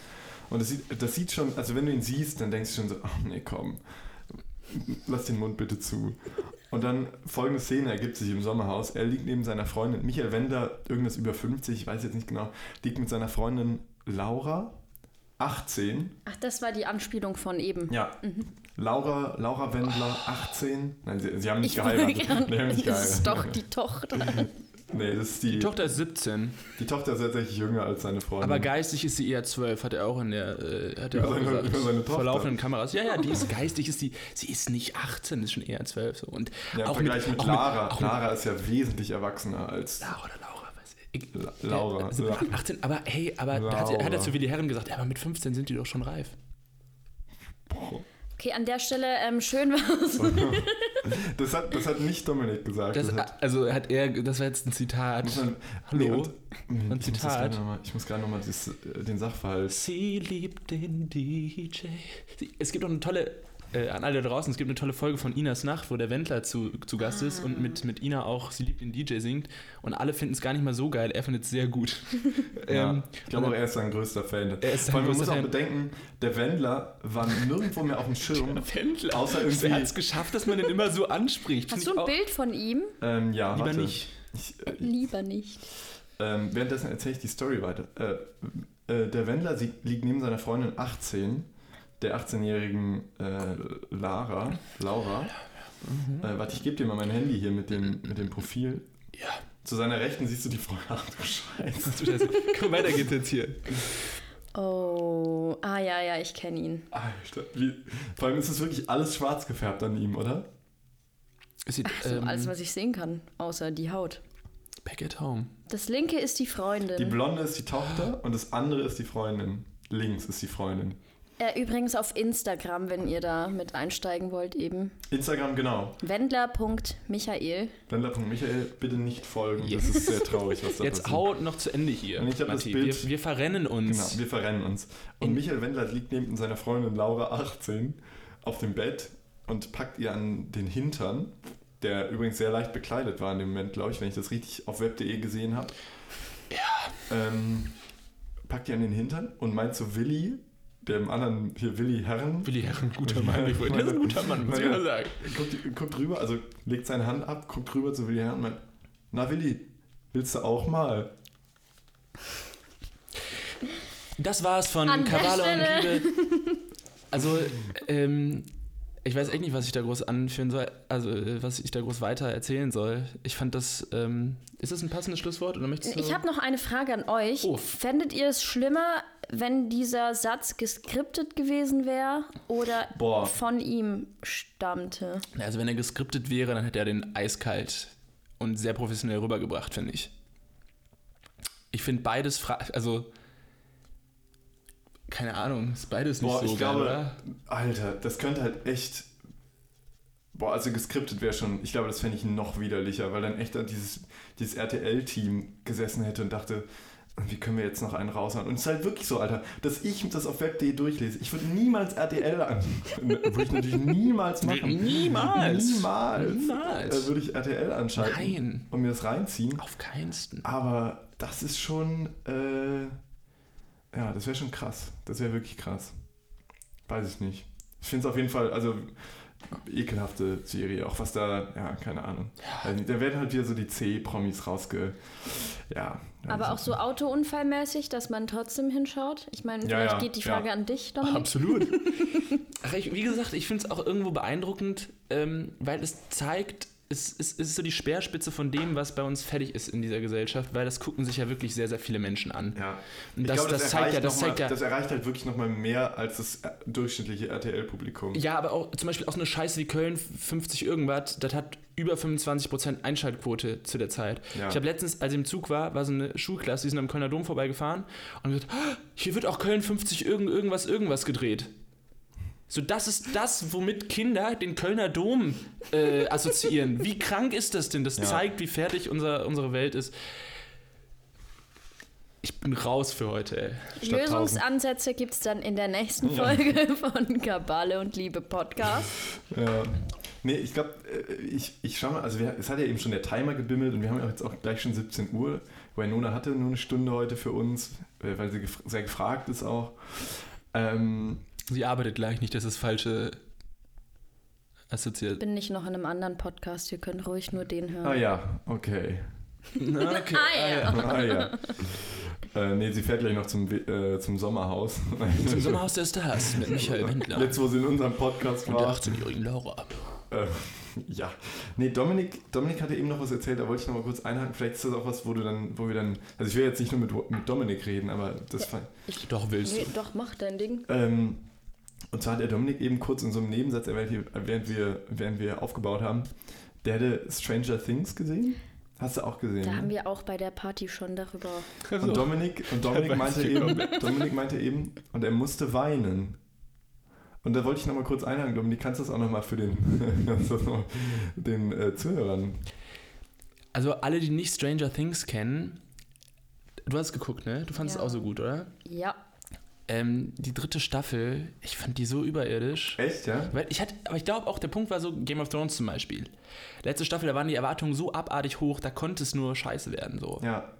[SPEAKER 2] Und das sieht, das sieht schon, also wenn du ihn siehst, dann denkst du schon so, ach nee, komm, lass den Mund bitte zu. Und dann folgende Szene ergibt sich im Sommerhaus. Er liegt neben seiner Freundin, Michael Wender, irgendwas über 50, ich weiß jetzt nicht genau, liegt mit seiner Freundin Laura, 18,
[SPEAKER 3] Ach, das war die Anspielung von eben.
[SPEAKER 2] ja.
[SPEAKER 3] Mhm.
[SPEAKER 2] Laura, Laura Wendler, 18. Nein, sie, sie haben nicht
[SPEAKER 3] wollte
[SPEAKER 2] geheiratet.
[SPEAKER 3] *laughs* gerade-
[SPEAKER 2] Nee, haben nicht
[SPEAKER 3] das ist doch
[SPEAKER 2] geheiratet. *laughs*
[SPEAKER 3] die Tochter.
[SPEAKER 2] Nee, das ist die,
[SPEAKER 1] Die Tochter ist 17,
[SPEAKER 2] die Tochter ist tatsächlich jünger als seine Freundin.
[SPEAKER 1] aber geistig ist sie eher 12, hat er auch in der, äh, hat er
[SPEAKER 2] Über
[SPEAKER 1] auch
[SPEAKER 2] Mhm. seine-
[SPEAKER 1] gesagt,
[SPEAKER 2] über seine Tochter.
[SPEAKER 1] vor laufenden Kameras. Ja, ja, die
[SPEAKER 2] *laughs*
[SPEAKER 1] ist geistig, ist die, sie ist nicht 18, ist schon eher 12. So. Und
[SPEAKER 2] ja, im
[SPEAKER 1] auch
[SPEAKER 2] Vergleich mit,
[SPEAKER 1] auch
[SPEAKER 2] Lara.
[SPEAKER 1] auch mit
[SPEAKER 2] Lara ist ja wesentlich erwachsener als.
[SPEAKER 1] Laura oder Laura, weiß ich.
[SPEAKER 2] La- Laura,
[SPEAKER 1] Äh, sind
[SPEAKER 2] ja.
[SPEAKER 1] 18, aber hey, aber da hat, er- hat er
[SPEAKER 2] Laura.
[SPEAKER 1] zu Willi Herren gesagt, ja, aber mit 15 sind die doch schon reif.
[SPEAKER 2] Boah.
[SPEAKER 3] Okay, an der Stelle ähm, schön war's.
[SPEAKER 2] Das hat, das hat nicht Dominik gesagt.
[SPEAKER 1] Das,
[SPEAKER 2] Das hat,
[SPEAKER 1] also hat er, das war jetzt ein Zitat.
[SPEAKER 2] muss man,
[SPEAKER 1] Hallo?
[SPEAKER 2] Nee,
[SPEAKER 1] Ein
[SPEAKER 2] und, ich *laughs* muss das
[SPEAKER 1] Zitat.
[SPEAKER 2] gerade noch mal- Ich muss gerade nochmal den Sachverhalt.
[SPEAKER 1] Sie liebt den DJ. Sie, es gibt auch eine tolle, äh, an alle da draußen, es gibt eine tolle Folge von Inas Nacht, wo der Wendler zu, zu Gast ist und mit, mit Ina auch Sie liebt den DJ singt. Und alle finden es gar nicht mal so geil, er findet es sehr gut.
[SPEAKER 2] *laughs* Ja,
[SPEAKER 1] Ähm,
[SPEAKER 2] ich glaube auch, er ist sein größter Fan.
[SPEAKER 1] Er ist sein
[SPEAKER 2] Vor allem, man muss
[SPEAKER 1] größter
[SPEAKER 2] auch
[SPEAKER 1] Fan.
[SPEAKER 2] bedenken, der Wendler war nirgendwo mehr auf
[SPEAKER 1] *laughs*
[SPEAKER 2] dem Schirm.
[SPEAKER 1] Wendler.
[SPEAKER 2] Außer
[SPEAKER 1] Wer hat es
[SPEAKER 2] irgendwie.
[SPEAKER 1] geschafft, dass man den immer so anspricht?
[SPEAKER 3] Hast
[SPEAKER 1] Find
[SPEAKER 3] du
[SPEAKER 1] ich
[SPEAKER 3] ein
[SPEAKER 1] auch-
[SPEAKER 3] Bild von ihm?
[SPEAKER 2] Ähm, ja,
[SPEAKER 1] Lieber
[SPEAKER 2] warte.
[SPEAKER 1] nicht.
[SPEAKER 2] Ich, äh,
[SPEAKER 3] Lieber nicht.
[SPEAKER 2] Ähm, währenddessen erzähle ich die Story weiter. Äh, äh, der Wendler sie- liegt neben seiner Freundin 18, der 18-jährigen äh, Lara. Laura. Äh, warte, ich gebe dir mal mein Handy hier mit dem, mit dem Profil.
[SPEAKER 1] Ja.
[SPEAKER 2] Zu seiner Rechten siehst du die Freundin. *laughs* Ach du Scheiße.
[SPEAKER 1] Du
[SPEAKER 2] *laughs*
[SPEAKER 1] Scheiße. Komm, weiter geht's jetzt hier.
[SPEAKER 3] Oh, ah ja, ja, ich kenne ihn.
[SPEAKER 2] Alter. Wie, vor allem ist es wirklich alles schwarz gefärbt an ihm, oder?
[SPEAKER 1] Es sieht,
[SPEAKER 3] So,
[SPEAKER 1] ähm,
[SPEAKER 3] alles, was ich sehen kann, außer die Haut.
[SPEAKER 1] Back at home.
[SPEAKER 3] Das linke ist die Freundin.
[SPEAKER 2] Die blonde ist die Tochter und das andere ist die Freundin. Links ist die Freundin.
[SPEAKER 3] äh, übrigens auf Instagram, wenn ihr da mit einsteigen wollt, eben.
[SPEAKER 2] Instagram, genau.
[SPEAKER 3] Wendler.michael.
[SPEAKER 2] Wendler.michael, bitte nicht folgen.
[SPEAKER 1] Ja.
[SPEAKER 2] Das ist sehr traurig, was da
[SPEAKER 1] Jetzt
[SPEAKER 2] passiert.
[SPEAKER 1] haut noch zu Ende hier.
[SPEAKER 2] Und ich hab das
[SPEAKER 1] Matti.
[SPEAKER 2] Bild-
[SPEAKER 1] Wir, wir verrennen
[SPEAKER 2] Genau,
[SPEAKER 1] uns.
[SPEAKER 2] wir verrennen uns. Und
[SPEAKER 1] In-
[SPEAKER 2] Michael Wendler liegt neben seiner Freundin Laura 18 auf dem Bett und packt ihr an den Hintern, der übrigens sehr leicht bekleidet war in dem Moment, glaube ich, wenn ich das richtig auf web.de gesehen habe. Ja. Ähm, packt ihr an den Hintern und meint zu Willi, dem anderen hier Willi Herren,
[SPEAKER 1] Willi Herren, guter Mann. Ich wollte, das ist ein guter Mann, muss ich mal sagen.
[SPEAKER 2] guckt, guckt rüber, also legt seine Hand ab, guckt rüber zu Willi Herren und meint, na Willi, willst du auch mal?
[SPEAKER 1] Das war's von
[SPEAKER 3] An der
[SPEAKER 1] Cavallo und
[SPEAKER 3] Stelle.
[SPEAKER 1] Liebe.
[SPEAKER 3] *laughs*
[SPEAKER 1] Also, ähm, ich weiß echt nicht, was ich da groß anführen soll, also äh, was ich da groß weiter erzählen soll. Ich fand das, ähm, ist das ein passendes Schlusswort oder möchtest du?
[SPEAKER 3] Ich habe noch eine Frage an euch.
[SPEAKER 1] Oh.
[SPEAKER 3] Fändet ihr es schlimmer, wenn dieser Satz geskriptet gewesen wäre oder
[SPEAKER 2] Boah.
[SPEAKER 3] von ihm stammte?
[SPEAKER 1] Also wenn er geskriptet wäre, dann hätte er den eiskalt und sehr professionell rübergebracht, finde ich. Ich finde beides, fra also keine Ahnung, ist beides nicht
[SPEAKER 2] Boah,
[SPEAKER 1] so
[SPEAKER 2] ich
[SPEAKER 1] geil,
[SPEAKER 2] glaube,
[SPEAKER 1] oder?
[SPEAKER 2] Alter, das könnte halt echt. Boah, also geskriptet wäre schon, ich glaube, das fände ich noch widerlicher, weil dann echt dann dieses, dieses RTL-Team gesessen hätte und dachte, wie können wir jetzt noch einen raushauen? Und es ist halt wirklich so, Alter, dass ich das auf web.de durchlese. Ich würde niemals RTL an. *laughs* würde ich natürlich niemals machen.
[SPEAKER 1] Niemals.
[SPEAKER 2] Niemals.
[SPEAKER 1] Niemals.
[SPEAKER 2] Äh, würde ich RTL anschalten
[SPEAKER 1] Nein.
[SPEAKER 2] und mir das reinziehen.
[SPEAKER 1] Auf keinsten.
[SPEAKER 2] Aber das ist schon. Äh, ja, das wäre schon krass. Das wäre wirklich krass. Weiß ich nicht. Ich finde es auf jeden Fall, also ekelhafte Serie. Auch was da, ja, keine Ahnung. Also, da werden halt wieder so die C-Promis rausge. Ja.
[SPEAKER 3] Aber auch so autounfallmäßig, dass man trotzdem hinschaut? Ich meine,
[SPEAKER 2] Ja,
[SPEAKER 3] vielleicht
[SPEAKER 2] ja,
[SPEAKER 3] geht die
[SPEAKER 2] ja. *laughs*
[SPEAKER 3] Frage an dich, Dominik.
[SPEAKER 1] Absolut. Ach, ich, wie gesagt, ich finde es auch irgendwo beeindruckend, ähm, weil es zeigt, es, es, es ist so die Speerspitze von dem, was bei uns fertig ist in dieser Gesellschaft, weil das gucken sich ja wirklich sehr, sehr viele Menschen an.
[SPEAKER 2] Ja.
[SPEAKER 1] Und
[SPEAKER 2] Ich
[SPEAKER 1] das,
[SPEAKER 2] glaube,
[SPEAKER 1] das, zeigt ja,
[SPEAKER 2] erreicht
[SPEAKER 1] das
[SPEAKER 2] noch mal,
[SPEAKER 1] zeigt ja.
[SPEAKER 2] das erreicht halt wirklich nochmal mehr als das äh, durchschnittliche RTL-Publikum.
[SPEAKER 1] ja, aber auch zum Beispiel auch so eine Scheiße wie Köln 50 irgendwas, das hat über 25% Einschaltquote zu der Zeit.
[SPEAKER 2] Ja.
[SPEAKER 1] Ich habe letztens, als ich im Zug war, war so eine Schulklasse, die sind am Kölner Dom vorbeigefahren und gesagt, "Ah, hier wird auch Köln 50 irgend, irgendwas irgendwas gedreht. So, das ist das, womit Kinder den Kölner Dom äh,
[SPEAKER 2] *laughs*
[SPEAKER 1] assoziieren. Wie krank ist das denn? Das
[SPEAKER 2] Ja.
[SPEAKER 1] zeigt, wie fertig unser, unsere Welt ist. Ich bin raus für heute, ey.
[SPEAKER 2] Statt
[SPEAKER 3] Lösungsansätze gibt es dann in der nächsten Folge *laughs* von Kabale und Liebe Podcast.
[SPEAKER 2] Ja. Nee, ich glaube, ich, ich schau mal, also wir, es hat ja eben schon der Timer gebimmelt und wir haben ja jetzt auch gleich schon 17 Uhr. Winona hatte nur eine Stunde heute für uns, äh, weil sie gef sehr gefragt ist auch. Ähm,
[SPEAKER 1] Sie arbeitet gleich nicht, das ist falsche assoziiert.
[SPEAKER 3] Bin nicht noch in einem anderen Podcast, ihr könnt ruhig nur den hören.
[SPEAKER 2] ah ja, okay. *laughs*
[SPEAKER 1] Okay.
[SPEAKER 3] *laughs* Ah, ja.
[SPEAKER 2] Ah ja. äh, nee, sie fährt gleich noch zum, We- äh, zum Sommerhaus.
[SPEAKER 1] Zum Sommerhaus der Stars mit Michael Wendler
[SPEAKER 2] Letztes, wo sie in unserem Podcast
[SPEAKER 1] und der
[SPEAKER 2] war.
[SPEAKER 1] 18-jährigen Laura.
[SPEAKER 2] Äh, ja. Nee, Dominik, Dominik hatte eben noch was erzählt, da wollte ich noch mal kurz einhaken. Vielleicht ist das auch was, wo du dann, wo wir dann. Also ich will jetzt nicht nur mit, mit Dominik reden, aber das fand,
[SPEAKER 1] Doch willst du.
[SPEAKER 3] Nee, doch, mach dein Ding.
[SPEAKER 2] Ähm, und zwar hat der Dominik eben kurz in so einem Nebensatz erwähnt, hier, während wir, während wir aufgebaut haben, der hätte Stranger Things gesehen. Hast du auch gesehen?
[SPEAKER 3] Da
[SPEAKER 2] ne?
[SPEAKER 3] haben wir auch bei der Party schon darüber.
[SPEAKER 2] und Dominik, und Dominik,
[SPEAKER 1] weiß
[SPEAKER 2] meinte
[SPEAKER 1] ich
[SPEAKER 2] eben, Dominik meinte eben, und er musste weinen. Und da wollte ich nochmal kurz einhaken, Dominik, kannst du das auch nochmal für den, *laughs* kannst du das noch den äh, Zuhörern?
[SPEAKER 1] Also alle, die nicht Stranger Things kennen, du hast geguckt, ne? Du fandest
[SPEAKER 3] Ja.
[SPEAKER 1] es auch so gut, oder?
[SPEAKER 3] Ja,
[SPEAKER 1] Ähm, die dritte Staffel, ich fand die so überirdisch.
[SPEAKER 2] Echt, ja?
[SPEAKER 1] Weil ich hatte, aber ich glaube auch, der Punkt war so Game of Thrones zum Beispiel. Letzte Staffel, da waren die Erwartungen so abartig hoch, da konnte es nur scheiße werden. So.
[SPEAKER 2] Ja.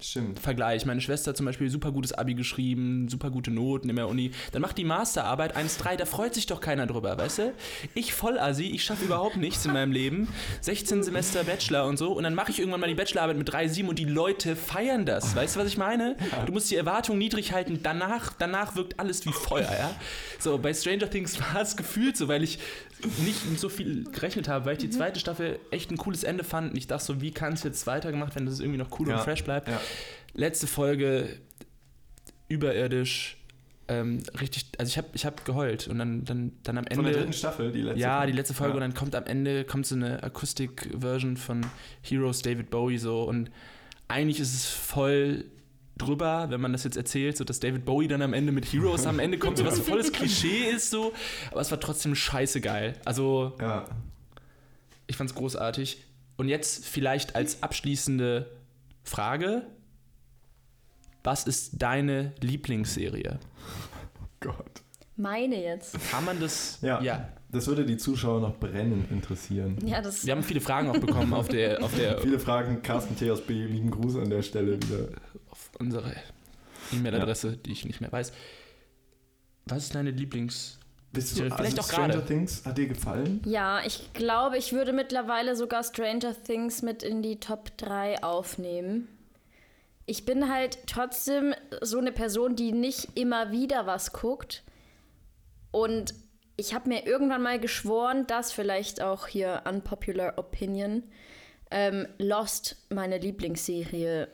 [SPEAKER 2] Stimmt.
[SPEAKER 1] Vergleich. Meine Schwester hat zum Beispiel super gutes Abi geschrieben, super gute Noten in der Uni. Dann macht die Masterarbeit 1,3, da freut sich doch keiner drüber, weißt du? Ich voll Assi, ich schaffe überhaupt nichts in meinem Leben. 16 Semester Bachelor und so. Und dann mache ich irgendwann mal die Bachelorarbeit mit 3,7 und die Leute feiern das. Weißt du, was ich meine? Du musst die Erwartung niedrig halten. Danach, danach wirkt alles wie Feuer, ja? So, bei Stranger Things war es gefühlt so, weil ich nicht mit so viel gerechnet habe,
[SPEAKER 2] Mhm.
[SPEAKER 1] weil ich die zweite Staffel echt ein cooles Ende fand. Und ich dachte so, wie kann es jetzt weitergemacht werden, dass es irgendwie noch cool
[SPEAKER 2] Ja.
[SPEAKER 1] und fresh bleibt.
[SPEAKER 2] Ja.
[SPEAKER 1] Letzte Folge überirdisch. Ähm, richtig, also ich habe ich hab geheult und dann, dann, dann am
[SPEAKER 2] Von der
[SPEAKER 1] Ende.
[SPEAKER 2] dritten Staffel, die letzte.
[SPEAKER 1] Ja, die letzte Folge
[SPEAKER 2] Ja.
[SPEAKER 1] und dann kommt am Ende kommt so eine Akustik-Version von Heroes David Bowie so und eigentlich ist es voll drüber, wenn man das jetzt erzählt, so dass David Bowie dann am Ende mit Heroes am Ende kommt, so
[SPEAKER 2] *laughs*
[SPEAKER 1] was volles Klischee ist so, aber es war trotzdem scheiße geil. Also
[SPEAKER 2] Ja.
[SPEAKER 1] ich fand's großartig. Und jetzt vielleicht als abschließende Frage: Was ist deine Lieblingsserie?
[SPEAKER 2] Gott.
[SPEAKER 3] meine jetzt.
[SPEAKER 1] Kann man das?
[SPEAKER 2] Ja. Das würde die Zuschauer noch brennend interessieren.
[SPEAKER 3] Ja, das
[SPEAKER 1] Wir haben viele Fragen auch bekommen auf der, auf der
[SPEAKER 2] Viele Fragen, Carsten T. aus B. Lieben Gruß an der Stelle wieder.
[SPEAKER 1] auf unsere E-Mail-Adresse, die ich nicht mehr weiß. Was ist deine Lieblings?
[SPEAKER 2] Bist du
[SPEAKER 1] Ja, vielleicht
[SPEAKER 2] also
[SPEAKER 1] auch
[SPEAKER 2] Stranger
[SPEAKER 1] gerade.
[SPEAKER 2] Things hat dir gefallen?
[SPEAKER 3] Ja, ich glaube, ich würde mittlerweile sogar Stranger Things mit in die Top 3 aufnehmen. Ich bin halt trotzdem so eine Person, die nicht immer wieder was guckt. Und ich habe mir irgendwann mal geschworen, dass vielleicht auch hier Unpopular Opinion ähm, Lost meine Lieblingsserie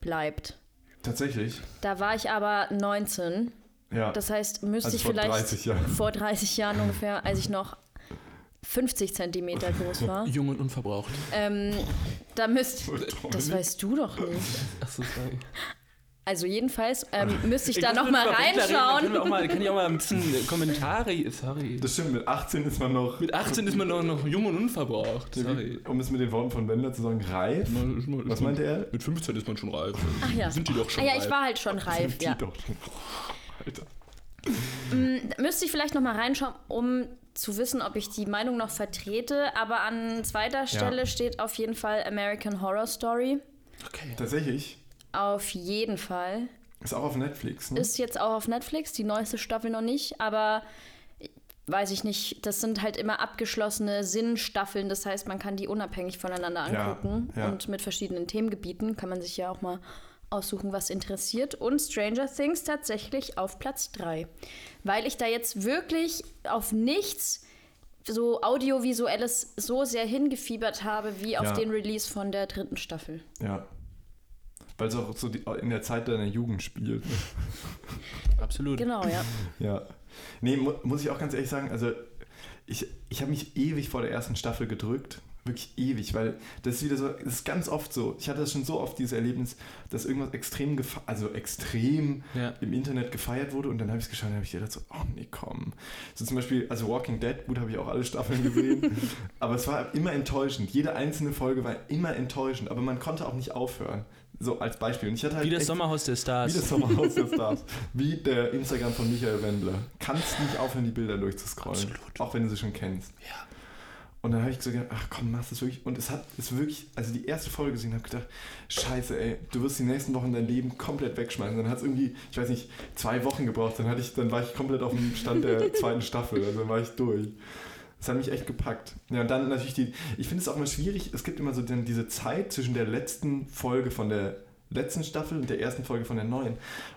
[SPEAKER 3] bleibt.
[SPEAKER 2] Tatsächlich.
[SPEAKER 3] Da war ich aber 19.
[SPEAKER 2] Ja.
[SPEAKER 3] Das heißt, müsste
[SPEAKER 2] Also
[SPEAKER 3] ich
[SPEAKER 2] vor
[SPEAKER 3] vielleicht
[SPEAKER 2] 30 Jahren.
[SPEAKER 3] vor 30 Jahren ungefähr, als ich noch 50 Zentimeter groß war,
[SPEAKER 1] Jung und unverbraucht.
[SPEAKER 3] ähm, da müsste
[SPEAKER 2] Voll
[SPEAKER 3] das
[SPEAKER 2] toll.
[SPEAKER 3] weißt du doch nicht.
[SPEAKER 1] Achso, sorry.
[SPEAKER 3] Also jedenfalls ähm, müsste ich da noch mal
[SPEAKER 1] Kann, wir auch
[SPEAKER 3] reinschauen.
[SPEAKER 1] mal, kann ich auch mal ein bisschen Kommentare. Sorry.
[SPEAKER 2] Das stimmt, mit 18 ist man noch,
[SPEAKER 1] Mit 18 ist man noch, noch jung und unverbraucht. Sorry.
[SPEAKER 2] um es mit den Worten von Wendler zu sagen, reif. Was meinte er?
[SPEAKER 1] Mit 15 ist man schon reif.
[SPEAKER 3] Ach ja.
[SPEAKER 1] Sind die doch
[SPEAKER 3] Ah
[SPEAKER 1] schon
[SPEAKER 3] ja,
[SPEAKER 1] reif.
[SPEAKER 3] ich war halt schon reif.
[SPEAKER 2] Die
[SPEAKER 3] Ja. Mm,
[SPEAKER 2] doch schon. Alter.
[SPEAKER 3] Müsste ich vielleicht noch mal reinschauen, um zu wissen, ob ich die Meinung noch vertrete. Aber an zweiter Stelle steht auf jeden Fall American Horror Story.
[SPEAKER 1] Okay.
[SPEAKER 2] Tatsächlich.
[SPEAKER 3] Auf jeden Fall.
[SPEAKER 2] Ist auch auf Netflix, ne?
[SPEAKER 3] Ist jetzt auch auf Netflix, die neueste Staffel noch nicht, aber äh, weiß ich nicht, das sind halt immer abgeschlossene Sinnstaffeln, das heißt, man kann die unabhängig voneinander
[SPEAKER 2] Ja,
[SPEAKER 3] angucken
[SPEAKER 2] ja.
[SPEAKER 3] und mit verschiedenen Themengebieten kann man sich ja auch mal aussuchen, was interessiert. Und Stranger Things tatsächlich auf Platz 3. Weil ich da jetzt wirklich auf nichts so audiovisuelles so sehr hingefiebert habe wie auf
[SPEAKER 2] Ja.
[SPEAKER 3] den Release von der dritten Staffel.
[SPEAKER 2] Ja. Weil es auch so die, in der Zeit deiner Jugend spielt. ne?
[SPEAKER 1] Absolut.
[SPEAKER 3] Genau, ja.
[SPEAKER 2] Ja. Nee, mu muss ich auch ganz ehrlich sagen, also ich, ich habe mich ewig vor der ersten Staffel gedrückt. Wirklich ewig, weil das ist wieder so, das ist ganz oft so. Ich hatte das schon so oft dieses Erlebnis, dass irgendwas extrem, gefa- also extrem
[SPEAKER 1] Ja.
[SPEAKER 2] im Internet gefeiert wurde und dann habe ich es geschaut und habe ich gedacht so, oh nee, komm. So zum Beispiel, also Walking Dead, gut, habe ich auch alle
[SPEAKER 1] *laughs*
[SPEAKER 2] Staffeln gesehen, aber es war immer enttäuschend. Jede einzelne Folge war immer enttäuschend, aber man konnte auch nicht aufhören. So als Beispiel. Und ich hatte halt
[SPEAKER 1] Wie das
[SPEAKER 2] echt-
[SPEAKER 1] Sommerhaus der Stars.
[SPEAKER 2] wie das Sommerhaus der Stars. Wie der Instagram von Michael Wendler. Kannst nicht aufhören, die Bilder durchzuscrollen.
[SPEAKER 1] Absolut.
[SPEAKER 2] Auch wenn du sie schon kennst.
[SPEAKER 1] Ja.
[SPEAKER 2] Und dann habe ich so gedacht, ach komm, machst du es wirklich. Und es hat es wirklich, also die erste Folge gesehen, habe gedacht, scheiße, ey, du wirst die nächsten Wochen dein Leben komplett wegschmeißen. Dann hat es irgendwie, ich weiß nicht, zwei Wochen gebraucht. Dann, hatte ich, dann war ich komplett auf dem
[SPEAKER 1] *laughs*
[SPEAKER 2] Stand der zweiten Staffel. Also dann war ich durch. Das hat mich echt gepackt. Ja, und dann natürlich die. Ich finde es auch mal schwierig, es gibt immer so dann diese Zeit zwischen der letzten Folge von der letzten Staffel und der ersten Folge von der neuen.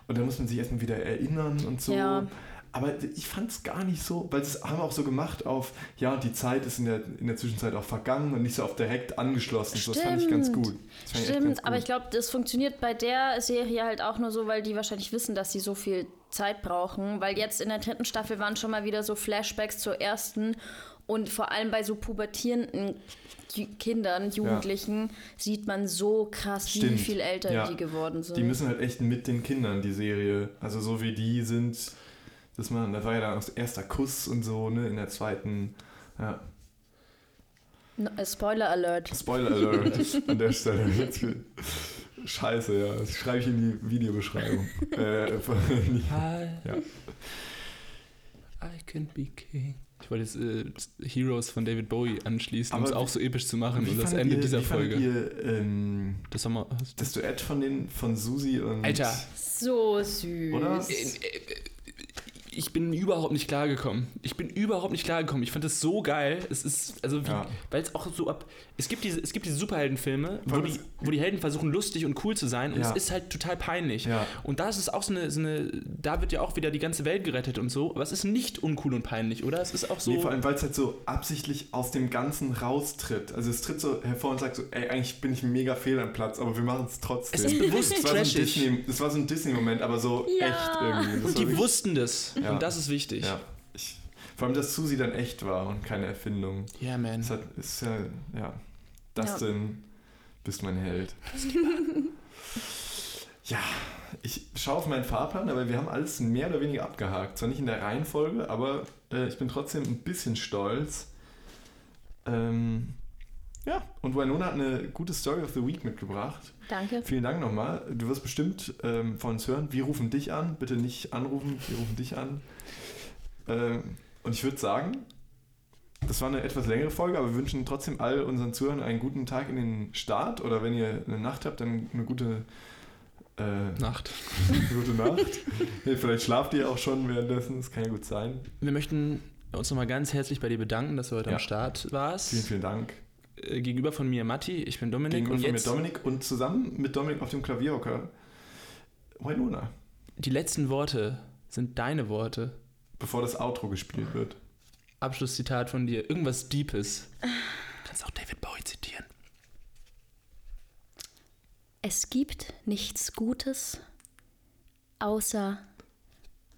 [SPEAKER 2] Und dann muss man sich erstmal wieder erinnern und so.
[SPEAKER 3] Ja.
[SPEAKER 2] Aber ich fand es gar nicht so, weil das haben wir auch so gemacht auf, ja, und die Zeit ist in der, in der Zwischenzeit auch vergangen und nicht so auf direkt angeschlossen. So, das fand ich ganz
[SPEAKER 3] Stimmt.
[SPEAKER 2] gut. Das fand ich echt ganz
[SPEAKER 3] Stimmt,
[SPEAKER 2] gut.
[SPEAKER 3] aber ich glaube, das funktioniert bei der Serie halt auch nur so, weil die wahrscheinlich wissen, dass sie so viel Zeit brauchen. Weil jetzt in der dritten Staffel waren schon mal wieder so Flashbacks zur ersten. Und vor allem bei so pubertierenden Ju- Kindern, Jugendlichen, sieht man so krass, wie
[SPEAKER 2] Stimmt.
[SPEAKER 3] viel älter
[SPEAKER 2] Ja.
[SPEAKER 3] die geworden sind.
[SPEAKER 2] Die müssen halt echt mit den Kindern, die Serie. Also so wie die sind, das man, da war ja dann auch erster Kuss und so, ne, in der zweiten. Ja.
[SPEAKER 3] No, äh, Spoiler Alert.
[SPEAKER 2] Spoiler Alert an der Stelle. *laughs* Jetzt viel- Scheiße, ja. Das schreibe ich in die Videobeschreibung. *laughs* äh, in die-
[SPEAKER 1] I,
[SPEAKER 2] Ja.
[SPEAKER 1] I can be king. Ich wollte jetzt äh, Heroes von David Bowie anschließen, um
[SPEAKER 2] Aber
[SPEAKER 1] es
[SPEAKER 2] wie-
[SPEAKER 1] auch so episch zu machen. Und das
[SPEAKER 2] fandet
[SPEAKER 1] Ende
[SPEAKER 2] ihr,
[SPEAKER 1] dieser
[SPEAKER 2] wie fandet
[SPEAKER 1] Folge.
[SPEAKER 2] Ihr, ähm,
[SPEAKER 1] Das Sommerhaus.
[SPEAKER 2] das Duett von den von Susi und.
[SPEAKER 1] Alter.
[SPEAKER 3] So süß.
[SPEAKER 2] Oder?
[SPEAKER 1] Äh, äh, Ich bin überhaupt nicht klargekommen. Ich bin überhaupt nicht klargekommen. Ich fand das so geil. Es ist, also, wie-
[SPEAKER 2] Ja.
[SPEAKER 1] weil es auch so ab. Es gibt diese, es gibt diese Superheldenfilme, wo
[SPEAKER 2] allem
[SPEAKER 1] die,
[SPEAKER 2] ist-
[SPEAKER 1] wo die Helden versuchen, lustig und cool zu sein. Und
[SPEAKER 2] Ja.
[SPEAKER 1] es ist halt total peinlich.
[SPEAKER 2] Ja.
[SPEAKER 1] Und da ist es auch so eine, so eine. Da wird ja auch wieder die ganze Welt gerettet und so. Aber es ist nicht uncool und peinlich, oder? Es ist auch so.
[SPEAKER 2] Nee, vor allem, weil es halt so absichtlich aus dem Ganzen raustritt. Also es tritt so hervor und sagt so, ey, eigentlich bin ich mega fehl am Platz, aber wir machen es trotzdem.
[SPEAKER 1] Es ist bewusst
[SPEAKER 2] das war so ein
[SPEAKER 1] trashig.
[SPEAKER 2] Disney- das war so ein Disney-Moment, aber so
[SPEAKER 3] Ja.
[SPEAKER 2] echt irgendwie. Das
[SPEAKER 1] und
[SPEAKER 2] war
[SPEAKER 1] die
[SPEAKER 2] wirklich-
[SPEAKER 1] wussten das.
[SPEAKER 2] Ja.
[SPEAKER 1] Und das ist wichtig.
[SPEAKER 2] ja, ich, Vor allem, dass Susi dann echt war und keine Erfindung.
[SPEAKER 1] Yeah, man.
[SPEAKER 2] Es hat, es ist ja, ja. Dustin, bist mein Held. ja, ich schaue auf meinen Fahrplan, aber wir haben alles mehr oder weniger abgehakt. Zwar nicht in der Reihenfolge, aber äh, ich bin trotzdem ein bisschen stolz. Ähm, ja, und Winona hat eine gute Story of the Week mitgebracht.
[SPEAKER 3] Danke.
[SPEAKER 2] Vielen Dank nochmal. Du wirst bestimmt ähm, von uns hören. Wir rufen dich an. Bitte nicht anrufen. Wir rufen dich an. Ähm, und ich würde sagen, das war eine etwas längere Folge, aber wir wünschen trotzdem all unseren Zuhörern einen guten Tag in den Start. Oder wenn ihr eine Nacht habt, dann eine gute, äh, eine
[SPEAKER 1] Nacht. *laughs*
[SPEAKER 2] gute Nacht. Nee, vielleicht schlaft ihr auch schon währenddessen. Das kann ja gut sein.
[SPEAKER 1] Wir möchten uns nochmal ganz herzlich bei dir bedanken, dass du heute
[SPEAKER 2] Ja.
[SPEAKER 1] am Start warst.
[SPEAKER 2] Vielen, vielen Dank.
[SPEAKER 1] Äh, Gegenüber von mir Matti, ich bin Dominik
[SPEAKER 2] Gegenüber
[SPEAKER 1] und
[SPEAKER 2] von mir
[SPEAKER 1] jetzt
[SPEAKER 2] Dominik und zusammen mit Dominik auf dem Klavierhocker. Winona,
[SPEAKER 1] die letzten Worte sind deine Worte.
[SPEAKER 2] bevor das Outro gespielt wird.
[SPEAKER 1] Abschlusszitat von dir, irgendwas Deepes. Du kannst auch David Bowie zitieren.
[SPEAKER 3] Es gibt nichts Gutes, außer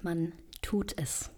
[SPEAKER 3] man tut es.